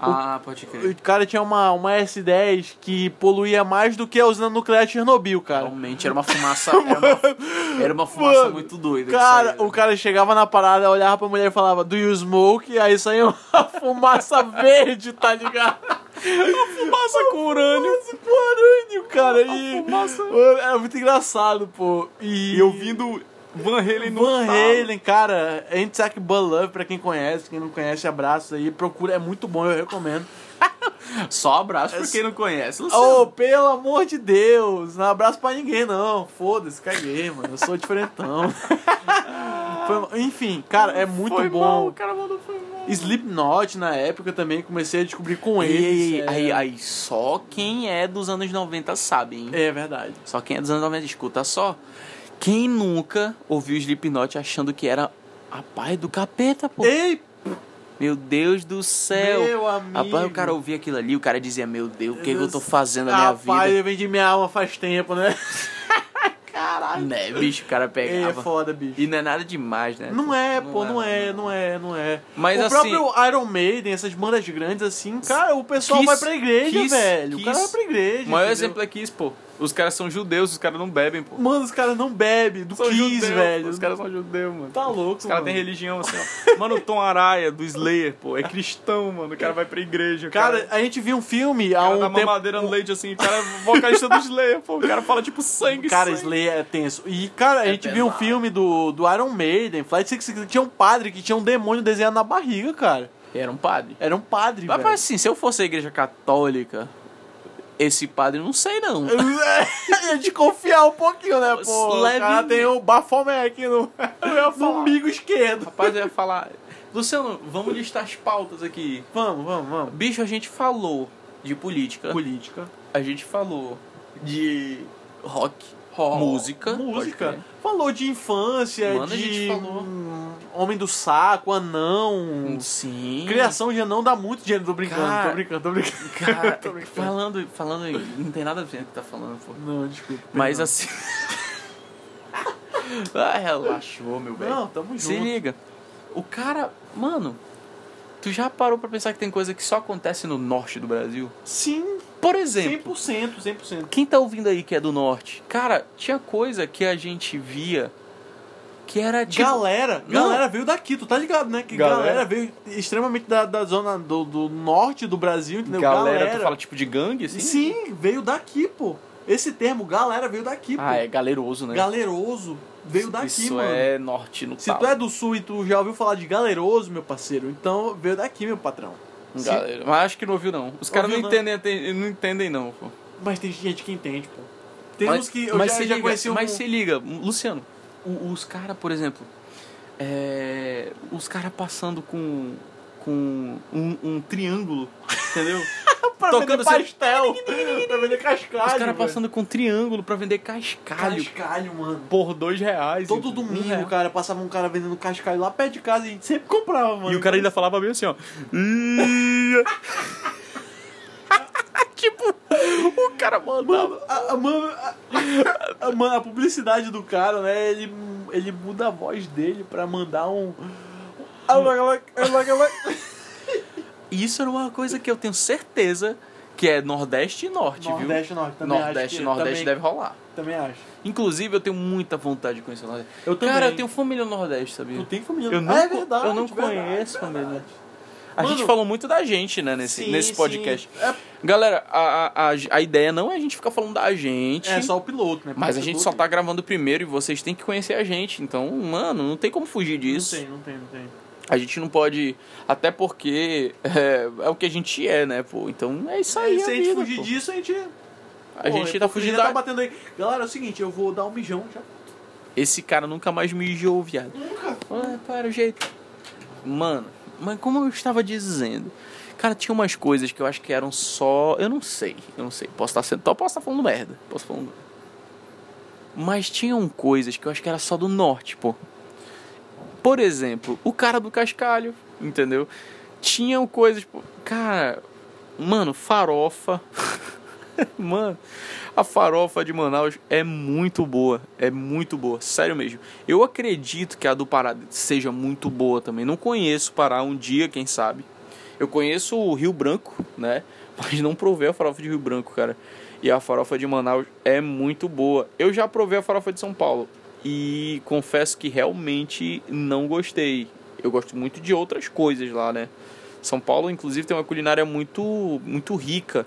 S1: Ah, pode crer.
S2: O cara tinha uma, uma S10 que poluía mais do que a usina nuclear de Chernobyl, cara.
S1: Realmente era uma fumaça. Era uma, era uma fumaça
S2: [laughs] Mano,
S1: muito doida. que
S2: Cara,
S1: saía.
S2: o cara chegava na parada, olhava pra mulher e falava, do you smoke? E aí saía uma [laughs] fumaça verde, tá ligado?
S1: fumaça com urânio.
S2: Esse Guarânio, cara. E,
S1: fumaça.
S2: Mano, era muito engraçado, pô. E
S1: E ouvindo Van Halen no
S2: Van
S1: talo.
S2: Halen, cara, Antisac Love, pra quem conhece, quem não conhece, abraços aí, procura, é muito bom, eu recomendo.
S1: Só abraço pra quem não conhece.
S2: Oh,
S1: Luciano.
S2: pelo amor de Deus, não abraço pra ninguém, não. Foda-se, caguei, mano, eu sou diferentão. [laughs] Foi mal. Enfim, cara, é muito
S1: Foi
S2: bom.
S1: mal, o cara mandou foi mal.
S2: Slipknot, na época, também comecei a descobrir com
S1: Ei,
S2: eles.
S1: ei, ei,
S2: é...
S1: aí, aí, só quem é dos anos 90 sabe, hein?
S2: é verdade.
S1: Só quem é dos anos 90 escuta só. Quem nunca ouviu Slipknot achando que era a paz do capeta, pô?
S2: Ei,
S1: Meu Deus do céu.
S2: É. Meu amigo.
S1: Rapaz, o cara ouvia aquilo ali, o cara dizia, meu Deus, o que, que eu tô
S2: Deus.
S1: fazendo na minha
S2: Rapaz,
S1: vida?
S2: eu vendi minha alma faz tempo,
S1: [laughs]
S2: né? Caralho.
S1: Né, bicho, o cara
S2: É
S1: pegava.
S2: foda, bicho.
S1: E não é nada demais, né?
S2: Não é, pô, não é, não é, não é.
S1: Mas
S2: o
S1: assim-
S2: próprio Iron Maiden, essas bandas grandes assim, cara, o pessoal
S1: Kiss-
S2: vai pra igreja,
S1: Kiss-
S2: velho. O cara vai
S1: Kiss-
S2: pra igreja.
S1: O maior
S2: entendeu?
S1: exemplo é Kiss, pô. Os caras são judeus, os caras não bebem, pô.
S2: Mano, os caras não bebem, do
S1: São
S2: Kiss,
S1: judeu,
S2: velho.
S1: pô, Os caras são judeus, mano.
S2: Tá louco,
S1: Os caras
S2: mano.
S1: têm religião, assim, ó. Mano, o Tom Araia, do Slayer, pô, é cristão, mano. O cara vai pra igreja, o
S2: Cara,
S1: cara...
S2: a gente viu um filme há
S1: cara dá
S2: um tempo.
S1: mamadeira no leite, assim, o cara é vocalista do Slayer, pô. O cara fala, tipo, sangue,
S2: Cara,
S1: sangue.
S2: Slayer é tenso. E, cara, a
S1: É
S2: gente viu um
S1: pesado.
S2: filme do, do Iron Maiden, Flight 66, que tinha um padre que tinha um demônio desenhado na barriga, cara.
S1: Era um padre.
S2: Era um padre,
S1: Mas,
S2: [laughs] velho.
S1: mas, assim, se eu fosse a igreja católica, esse padre, não sei, não.
S2: É de confiar um pouquinho, né, pô? O
S1: Leve-
S2: cara tem o bafomé
S1: [laughs]
S2: aqui no, no umbigo esquerdo.
S1: Rapaz, eu ia falar... Luciano, vamos listar as pautas aqui.
S2: Vamos, vamos, vamos.
S1: Bicho, a gente falou de política.
S2: Política.
S1: A gente falou de rock, música. pode
S2: Música.
S1: crer.
S2: Falou de infância,
S1: Mano, a
S2: de...
S1: gente falou. Hum,
S2: hum, Homem do saco, anão...
S1: Sim.
S2: Criação de anão dá muito dinheiro. Tô brincando,
S1: Cara.
S2: tô brincando, tô brincando. [laughs]
S1: Cara,
S2: Tô
S1: [laughs]
S2: brincando.
S1: falando, falando, em- não tem nada a ver com o que tá falando, pô.
S2: Não, desculpa.
S1: Mas
S2: perdão.
S1: assim. [laughs] ah, relaxou, meu bem.
S2: Não, tamo junto.
S1: Se liga. O cara, mano, tu já parou pra pensar que tem coisa que só acontece no norte do Brasil?
S2: Sim,
S1: Por exemplo,
S2: 100%, 100%.
S1: quem tá ouvindo aí que é do norte, cara, tinha coisa que a gente via que era tipo.
S2: galera,
S1: Não.
S2: galera veio daqui, tu tá ligado, né? Que galera,
S1: Galera.
S2: veio extremamente da, da zona do, do norte do Brasil, entendeu?
S1: galera, tu fala tipo de gangue, assim?
S2: Sim, veio daqui, pô. Esse termo, galera, veio daqui, pô.
S1: Ah, é galeroso, né?
S2: Galeroso veio daqui,
S1: Isso
S2: mano.
S1: é norte no
S2: Se tu é do sul e tu já ouviu falar de galeroso, meu parceiro, então veio daqui, meu patrão.
S1: Hum, Galera, mas acho que não ouviu não. Os caras não,
S2: Ouviu, né? não.
S1: entendem, ente- não entendem não, pô.
S2: Mas tem gente que entende, pô. Tem
S1: Mas-
S2: uns que eu
S1: mas
S2: já,
S1: se
S2: já
S1: liga,
S2: conheci um...
S1: Mas se liga, Luciano, o- os caras, por exemplo, é, os caras passando com, com um, um triângulo,
S2: [laughs]
S1: entendeu?
S2: [laughs] pra
S1: tocando
S2: vender
S1: sempre-
S2: pastel, pra vender cascalho.
S1: os
S2: velho.
S1: caras passando com triângulo pra vender cascalho
S2: cascalho, mano.
S1: por dois reais.
S2: Todo
S1: Um
S2: domingo,
S1: real.
S2: cara, passava um cara vendendo cascalho lá perto de casa e a gente sempre comprava, mano.
S1: E o cara ainda falava bem assim, ó. "Ih".
S2: [laughs]
S1: [laughs] tipo, o cara mandava.
S2: Mano, a, a- mano, a- a- mano, a publicidade do cara, né? Ele, ele muda a voz dele pra mandar um.
S1: Hum. [laughs] E Isso era uma coisa que eu tenho certeza que é Nordeste e Norte, viu?
S2: Nordeste, Norte, também acho.
S1: Nordeste
S2: que-
S1: e Nordeste
S2: também,
S1: deve rolar.
S2: Também acho.
S1: Inclusive, eu tenho muita vontade de conhecer o Nordeste.
S2: Eu
S1: Cara,
S2: também.
S1: eu tenho família no Nordeste, sabia?
S2: Tu tem família?
S1: Eu não
S2: ah, é
S1: co-
S2: verdade,
S1: eu não
S2: verdade,
S1: conheço
S2: verdade.
S1: família. A
S2: Mano,
S1: gente falou muito da gente, né, nesse,
S2: Sim,
S1: nesse podcast.
S2: sim. É,
S1: Galera, a, a, a- a ideia não é a gente ficar falando da gente.
S2: é só o piloto, né?
S1: Mas a
S2: Piloto
S1: gente só
S2: do-
S1: tá gravando primeiro e vocês têm que conhecer a gente. Então, mano, não tem como fugir disso.
S2: Não tem, não tem, não tem.
S1: A gente não pode. Até porque é, é o que a gente é, né, pô? Então é isso aí.
S2: se
S1: a
S2: a gente
S1: vida,
S2: fugir
S1: pô.
S2: disso, a gente.
S1: A gente tá fugindo
S2: Já
S1: da.
S2: tá batendo aí. Galera, é o seguinte, eu vou dar um mijão já.
S1: Esse cara nunca mais mijou, viado.
S2: Nunca.
S1: Ah, para o jeito. Mano, mas como eu estava dizendo, cara, tinha umas coisas que eu acho que eram só. Eu não sei, eu não sei. Posso estar sendo. Posso estar falando merda. Posso estar falando. Mas tinham coisas que eu acho que era só do norte, pô. Por exemplo, o cara do cascalho, entendeu? Tinham coisas. pô, Cara, mano, farofa. [laughs] Mano, a farofa de Manaus é muito boa. É muito boa, sério mesmo. Eu acredito que a do Pará seja muito boa também. Não conheço o Pará um dia, quem sabe. Eu conheço o Rio Branco, né? [laughs] Mas não provei a farofa de Rio Branco, cara. E a farofa de Manaus é muito boa. Eu já provei a farofa de São Paulo. E confesso que realmente não gostei. Eu gosto muito de outras coisas lá, né? São Paulo, inclusive, tem uma culinária muito, muito rica.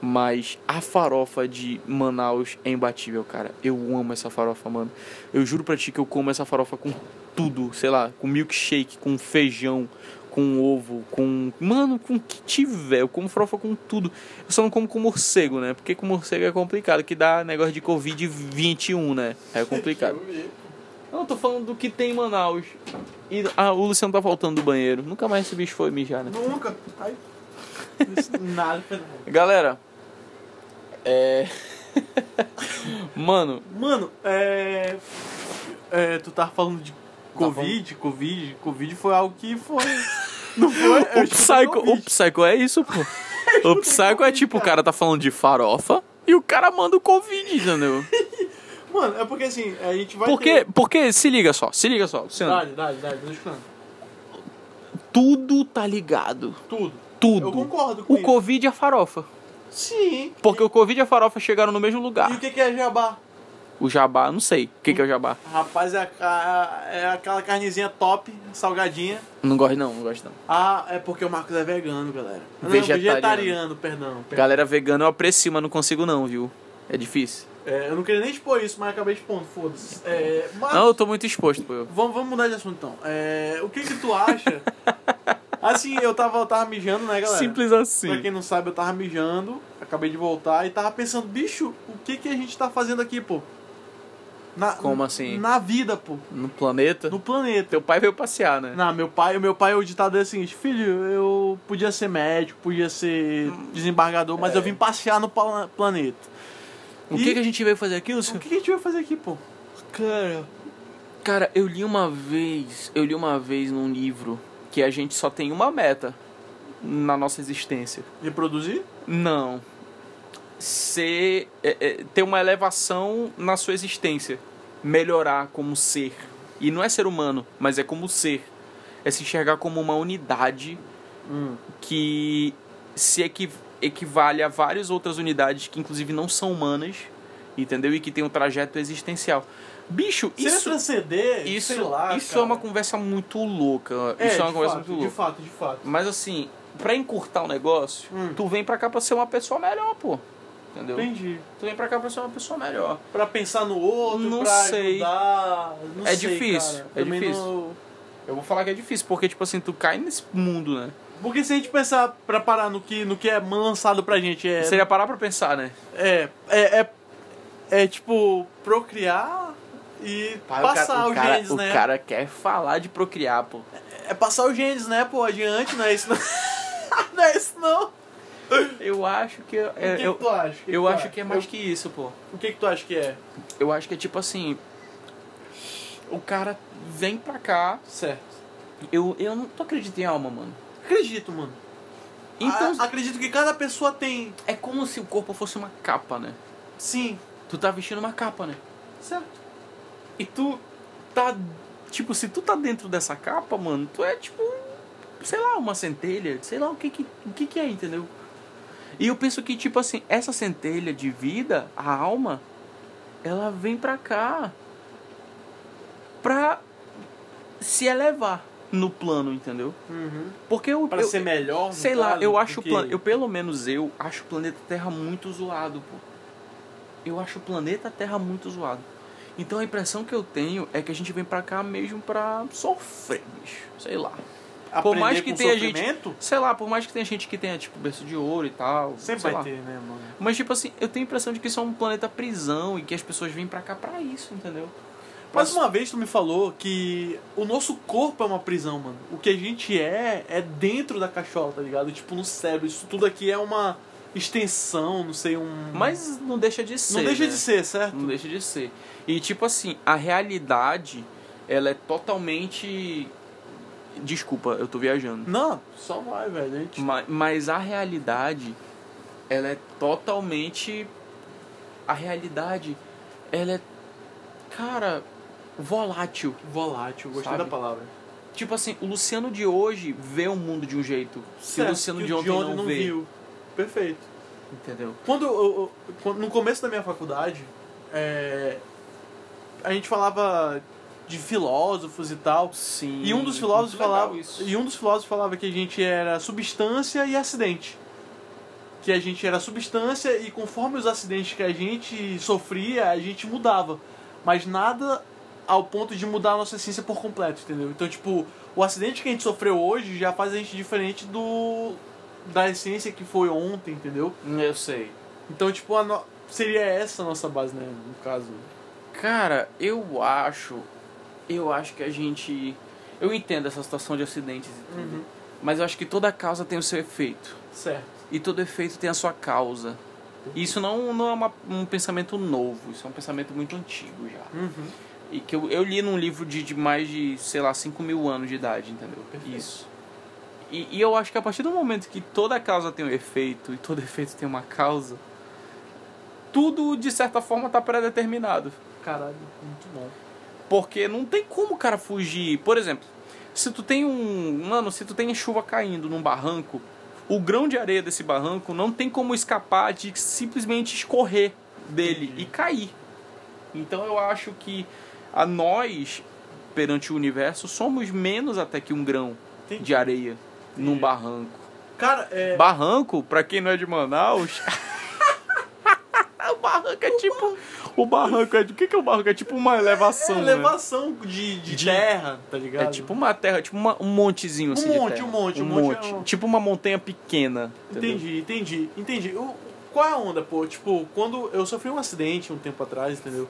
S1: Mas a farofa de Manaus é imbatível, cara. Eu amo essa farofa, mano. Eu juro pra ti que eu como essa farofa com tudo, sei lá, com milkshake, com feijão, com ovo, com. Mano, com o que tiver. Eu como farofa com tudo. Eu só não como com morcego, né? Porque com morcego é complicado, que dá negócio de Covid-21, né? É
S2: [laughs]
S1: complicado. Eu não tô falando do que tem em Manaus. E ah, o Luciano tá faltando do banheiro. Nunca mais esse bicho foi mijar, né?
S2: Nunca.
S1: [laughs]
S2: Ai. Nada, Fernando.
S1: Galera, é. [laughs] Mano,
S2: Mano, é... é. Tu tava falando de
S1: Tá falando-
S2: Covid, Covid, Covid foi algo que
S1: [laughs]
S2: foi. Não foi?
S1: o psycho,
S2: um
S1: o psycho é isso,
S2: [laughs]
S1: pô. O psycho é
S2: Covid,
S1: tipo, o
S2: cara.
S1: cara tá falando de farofa e o cara manda o Covid, entendeu?
S2: Mano, é porque assim, a gente vai.
S1: Porque, porque se liga só, se liga só, Luciano.
S2: Dale, dale, dale, tô escutando.
S1: Tudo tá ligado.
S2: Tudo.
S1: Tudo.
S2: Eu concordo com
S1: o
S2: isso.
S1: Covid e a farofa.
S2: Sim.
S1: Porque o Covid e a farofa chegaram no mesmo lugar.
S2: E o que que é jabá?
S1: O jabá, não sei. O que, que é o jabá?
S2: Rapaz, é, a ca- é aquela carnezinha top, salgadinha.
S1: Não gosto, não, não gosto, não.
S2: Ah, é porque o Marcos é vegano, galera. Não,
S1: Vegetariano.
S2: vegetariano, perdão. perdão.
S1: Galera vegana eu aprecio, mas não consigo, não, viu? É difícil.
S2: É, eu não queria nem expor isso, mas acabei expondo, foda-se. É, mas...
S1: Não, eu tô muito exposto, pô. eu.
S2: Vamos, vamos mudar de assunto então. É, o que que tu
S1: [laughs]
S2: acha? assim, eu tava, eu tava mijando, né, galera?
S1: Simples
S2: Pra
S1: assim.
S2: quem não sabe, eu tava mijando, acabei de voltar e tava pensando, bicho, o que que a gente tá fazendo aqui, pô? Na,
S1: Como assim?
S2: Na vida, pô.
S1: No planeta.
S2: No planeta.
S1: Teu pai veio passear, né?
S2: Não, meu pai, o meu pai, o ditado é o seguinte, filho, eu podia ser médico, podia ser desembargador, mas eu
S1: É.
S2: vim passear no pala- planeta.
S1: O que, que a gente veio fazer aqui,
S2: O
S1: Luciano?
S2: que que a gente vai fazer aqui, pô? Cara,
S1: Cara, eu li uma vez, eu li uma vez num livro que a gente só tem uma meta na nossa existência.
S2: reproduzir?
S1: Não. Ser. é, é, ter uma elevação na sua existência. Melhorar como ser. E não é ser humano, mas é como ser. É se enxergar como uma unidade
S2: Hum.
S1: que se equi- equivale a várias outras unidades que, inclusive, não são humanas, entendeu? E que tem um trajeto existencial. Bicho,
S2: Se
S1: isso.
S2: transcender,
S1: Isso,
S2: sei lá,
S1: isso é
S2: cara.
S1: uma conversa muito louca.
S2: É,
S1: isso é uma
S2: de
S1: conversa
S2: fato,
S1: muito
S2: de
S1: louca.
S2: fato, de fato.
S1: Mas assim, pra encurtar o negócio,
S2: Hum.
S1: tu vem pra cá pra ser uma pessoa melhor, pô. Entendeu?
S2: Entendi.
S1: Tu vem pra cá pra ser uma pessoa melhor.
S2: Pra pensar no outro,
S1: Não
S2: pra
S1: sei.
S2: ajudar, não
S1: É
S2: sei,
S1: difícil,
S2: cara.
S1: é
S2: Também
S1: difícil.
S2: não-
S1: Eu vou falar que é difícil, porque, tipo assim, tu cai nesse mundo, né?
S2: Porque se a gente pensar pra parar no que, no que é lançado pra gente, é.
S1: Seria parar pra pensar, né?
S2: É. É, é, é, tipo, procriar e
S1: Pai,
S2: passar
S1: o
S2: os
S1: cara, o
S2: genes,
S1: cara,
S2: né?
S1: O cara quer falar de procriar, pô.
S2: É passar os genes, né, pô, adiante, não é isso não. [laughs] não é isso não.
S1: Eu acho que... É,
S2: o que,
S1: eu
S2: que tu acha? O que
S1: eu
S2: tu
S1: acho
S2: acha?
S1: que é mais que isso, pô.
S2: O que, que tu acha que é?
S1: Eu acho que é tipo assim... O cara vem pra cá...
S2: Certo.
S1: Eu, eu não tô acreditando em alma, mano.
S2: Acredito, mano.
S1: Então,
S2: A- acredito que cada pessoa tem.
S1: é como se o corpo fosse uma capa, né?
S2: Sim.
S1: Tu tá vestindo uma capa, né?
S2: Certo.
S1: E tu tá... Tipo, se tu tá dentro dessa capa, mano, tu é tipo... Sei lá, uma centelha. Sei lá o que que, o que, que é, entendeu? E eu penso que, tipo assim, essa centelha de vida, a alma, ela vem pra cá pra se elevar no plano, entendeu?
S2: Uhum.
S1: Porque eu...
S2: Pra
S1: eu-
S2: ser melhor. no
S1: Sei lá,
S2: caso,
S1: eu
S2: do
S1: acho o
S2: que-
S1: plan... eu pelo menos eu acho o planeta Terra muito zoado, pô. Eu acho o planeta Terra muito zoado. Então a impressão que eu tenho é que a gente vem pra cá mesmo pra sofrer, bicho. Sei lá.
S2: Aprender
S1: mais que
S2: com
S1: tenha
S2: sofrimento,
S1: Sei lá, por mais que tenha gente que tenha tipo berço de ouro e tal,
S2: Sempre
S1: sei
S2: vai
S1: lá.
S2: ter, né, mano?
S1: Mas tipo assim, eu tenho a impressão de que isso é um planeta prisão e que as pessoas vêm pra cá pra isso, entendeu?
S2: Uhum. Mais uma vez tu me falou que o nosso corpo é uma prisão, mano. O que a gente é é dentro da cachola, tá ligado? Tipo no cérebro. Isso tudo aqui é uma extensão, não sei, um.
S1: Mas não deixa de ser.
S2: não deixa
S1: né?
S2: de ser, certo?
S1: Não deixa de ser. E tipo assim, a realidade, ela é totalmente. Desculpa, eu tô viajando.
S2: Não, só vai, velho. A gente- é
S1: Ma- Mas a realidade, ela é totalmente. A realidade, ela é. Cara, volátil.
S2: Volátil, gostei
S1: Sabe?
S2: da palavra.
S1: Tipo assim, o Luciano de hoje vê o mundo de um jeito que o
S2: Certo,
S1: Luciano
S2: que
S1: de
S2: o
S1: ontem, não, vê.
S2: viu. Perfeito.
S1: Entendeu?
S2: Quando, eu- eu- quando- no começo da minha faculdade, é, a gente falava de filósofos e tal.
S1: Sim.
S2: E um dos filósofos
S1: muito legal
S2: falava,
S1: isso.
S2: e um dos filósofos falava que a gente era substância e acidente. Que a gente era substância e conforme os acidentes que a gente sofria, a gente mudava, mas nada ao ponto de mudar a nossa essência por completo, entendeu? Então, tipo, o acidente que a gente sofreu hoje já faz a gente diferente do da essência que foi ontem, entendeu?
S1: Eu sei.
S2: Então, tipo, a no- seria essa a nossa base, né, no caso.
S1: Cara, eu acho. Eu acho que a gente. Eu entendo essa situação de acidentes e tudo. Mas eu acho que toda causa tem o seu efeito.
S2: Certo.
S1: E todo efeito tem a sua causa. E isso não, não é uma- um pensamento novo, isso é um pensamento muito antigo já.
S2: Uhum.
S1: E que eu, eu li num livro de, de mais de, sei lá, 5 mil anos de idade, entendeu?
S2: Perfeito.
S1: Isso. E, e eu acho que a partir do momento que toda causa tem um efeito e todo efeito tem uma causa, tudo de certa forma tá pré-determinado.
S2: Caralho, muito bom.
S1: Porque não tem como o cara fugir. Por exemplo, se tu tem um. Mano, se tu tem chuva caindo num barranco, o grão de areia desse barranco não tem como escapar de simplesmente escorrer dele
S2: Entendi.
S1: e cair. Então eu acho que a nós, perante o universo, somos menos até que um grão
S2: Entendi.
S1: de areia num
S2: Entendi.
S1: barranco.
S2: Cara, é
S1: Barranco, pra quem não é de Manaus. [laughs] o barranco é tipo. O barranco é. O que que é o barranco? É tipo uma elevação.
S2: É,
S1: né?
S2: elevação de, de,
S1: De-
S2: terra, tá ligado?
S1: É tipo uma terra, tipo uma- um montezinho assim. de
S2: monte,
S1: terra.
S2: um monte, um monte é um-
S1: Tipo uma montanha pequena. entendeu?
S2: Entendi, entendi, entendi. O- qual é a onda, pô? Tipo, quando eu sofri um acidente um tempo atrás, entendeu?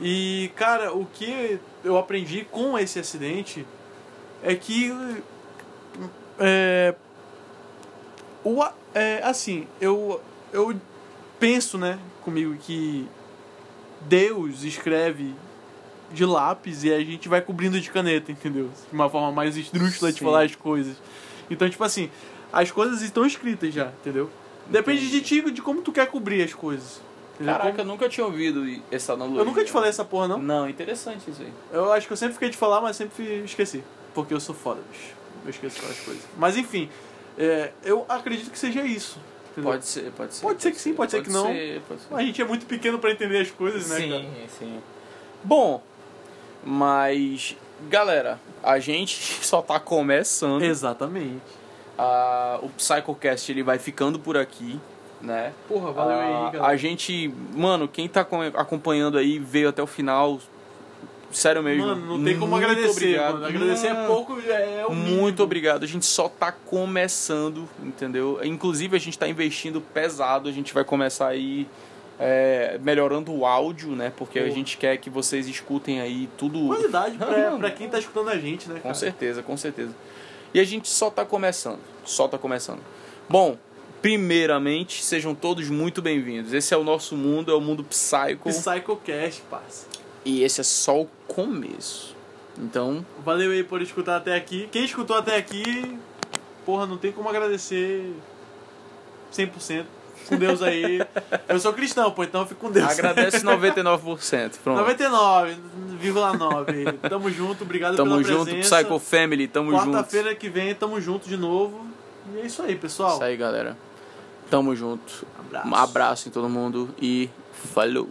S2: E, cara, o que eu aprendi com esse acidente é que. É. O, a- é assim, eu, eu penso, né, comigo que Deus escreve de lápis e a gente vai cobrindo de caneta, entendeu? De uma forma mais esdrúxula de
S1: Sim.
S2: falar as coisas. Então, tipo assim, as coisas estão escritas já, entendeu? Depende de ti, de como tu quer cobrir as coisas. entendeu?
S1: Caraca, eu nunca tinha ouvido essa analogia.
S2: eu nunca te falei essa porra, não.
S1: Não, interessante isso aí.
S2: Eu acho que eu sempre fiquei de falar, mas sempre esqueci. Porque eu sou foda, bicho. Eu esqueço várias coisas. Mas enfim, é, eu acredito que seja isso. entendeu?
S1: Pode ser, pode ser.
S2: Pode ser que sim, pode ser que não.
S1: pode ser.
S2: A gente é muito pequeno pra entender as coisas, né, cara?
S1: Sim, sim. Bom, mas galera, a gente [laughs] só tá
S2: É.
S1: começando.
S2: Exatamente.
S1: Ah, o Psychocast ele vai ficando por aqui, né?
S2: Porra, valeu
S1: Ah,
S2: aí, galera.
S1: A gente, mano, quem tá com- acompanhando aí veio até o final, Sério mesmo.
S2: Mano, não tem como
S1: muito
S2: agradecer,
S1: obrigado.
S2: mano. Agradecer é pouco, é o mínimo.
S1: Muito obrigado. A gente só tá começando, entendeu? Inclusive, a gente tá investindo pesado. A gente vai começar aí é, melhorando o áudio, né? Porque a
S2: Boa.
S1: gente quer que vocês escutem aí tudo.
S2: Qualidade pra,
S1: Mano.
S2: pra quem tá escutando a gente, né,
S1: Com
S2: cara?
S1: certeza, com certeza. E a gente só tá começando. Só tá começando. Bom, primeiramente, sejam todos muito bem-vindos. Esse é o nosso mundo, é o mundo psycho.
S2: PsychoCast, parça.
S1: E esse é só o começo. Então,
S2: Valeu aí por escutar até aqui. Quem escutou até aqui, porra, não tem como agradecer 100%. Com Deus aí. Eu sou cristão, pô, então eu fico com Deus.
S1: agradece
S2: [laughs]
S1: 99%. Pronto. [laughs]
S2: 99,9. Tamo junto, obrigado
S1: Tamo
S2: pela
S1: junto,
S2: presença.
S1: Psycho Family, tamo junto.
S2: Quarta-feira que vem, tamo junto de novo. E é isso aí, pessoal.
S1: Isso aí, Um galera. Tamo junto.
S2: Abraço.
S1: Um abraço em todo mundo e falou.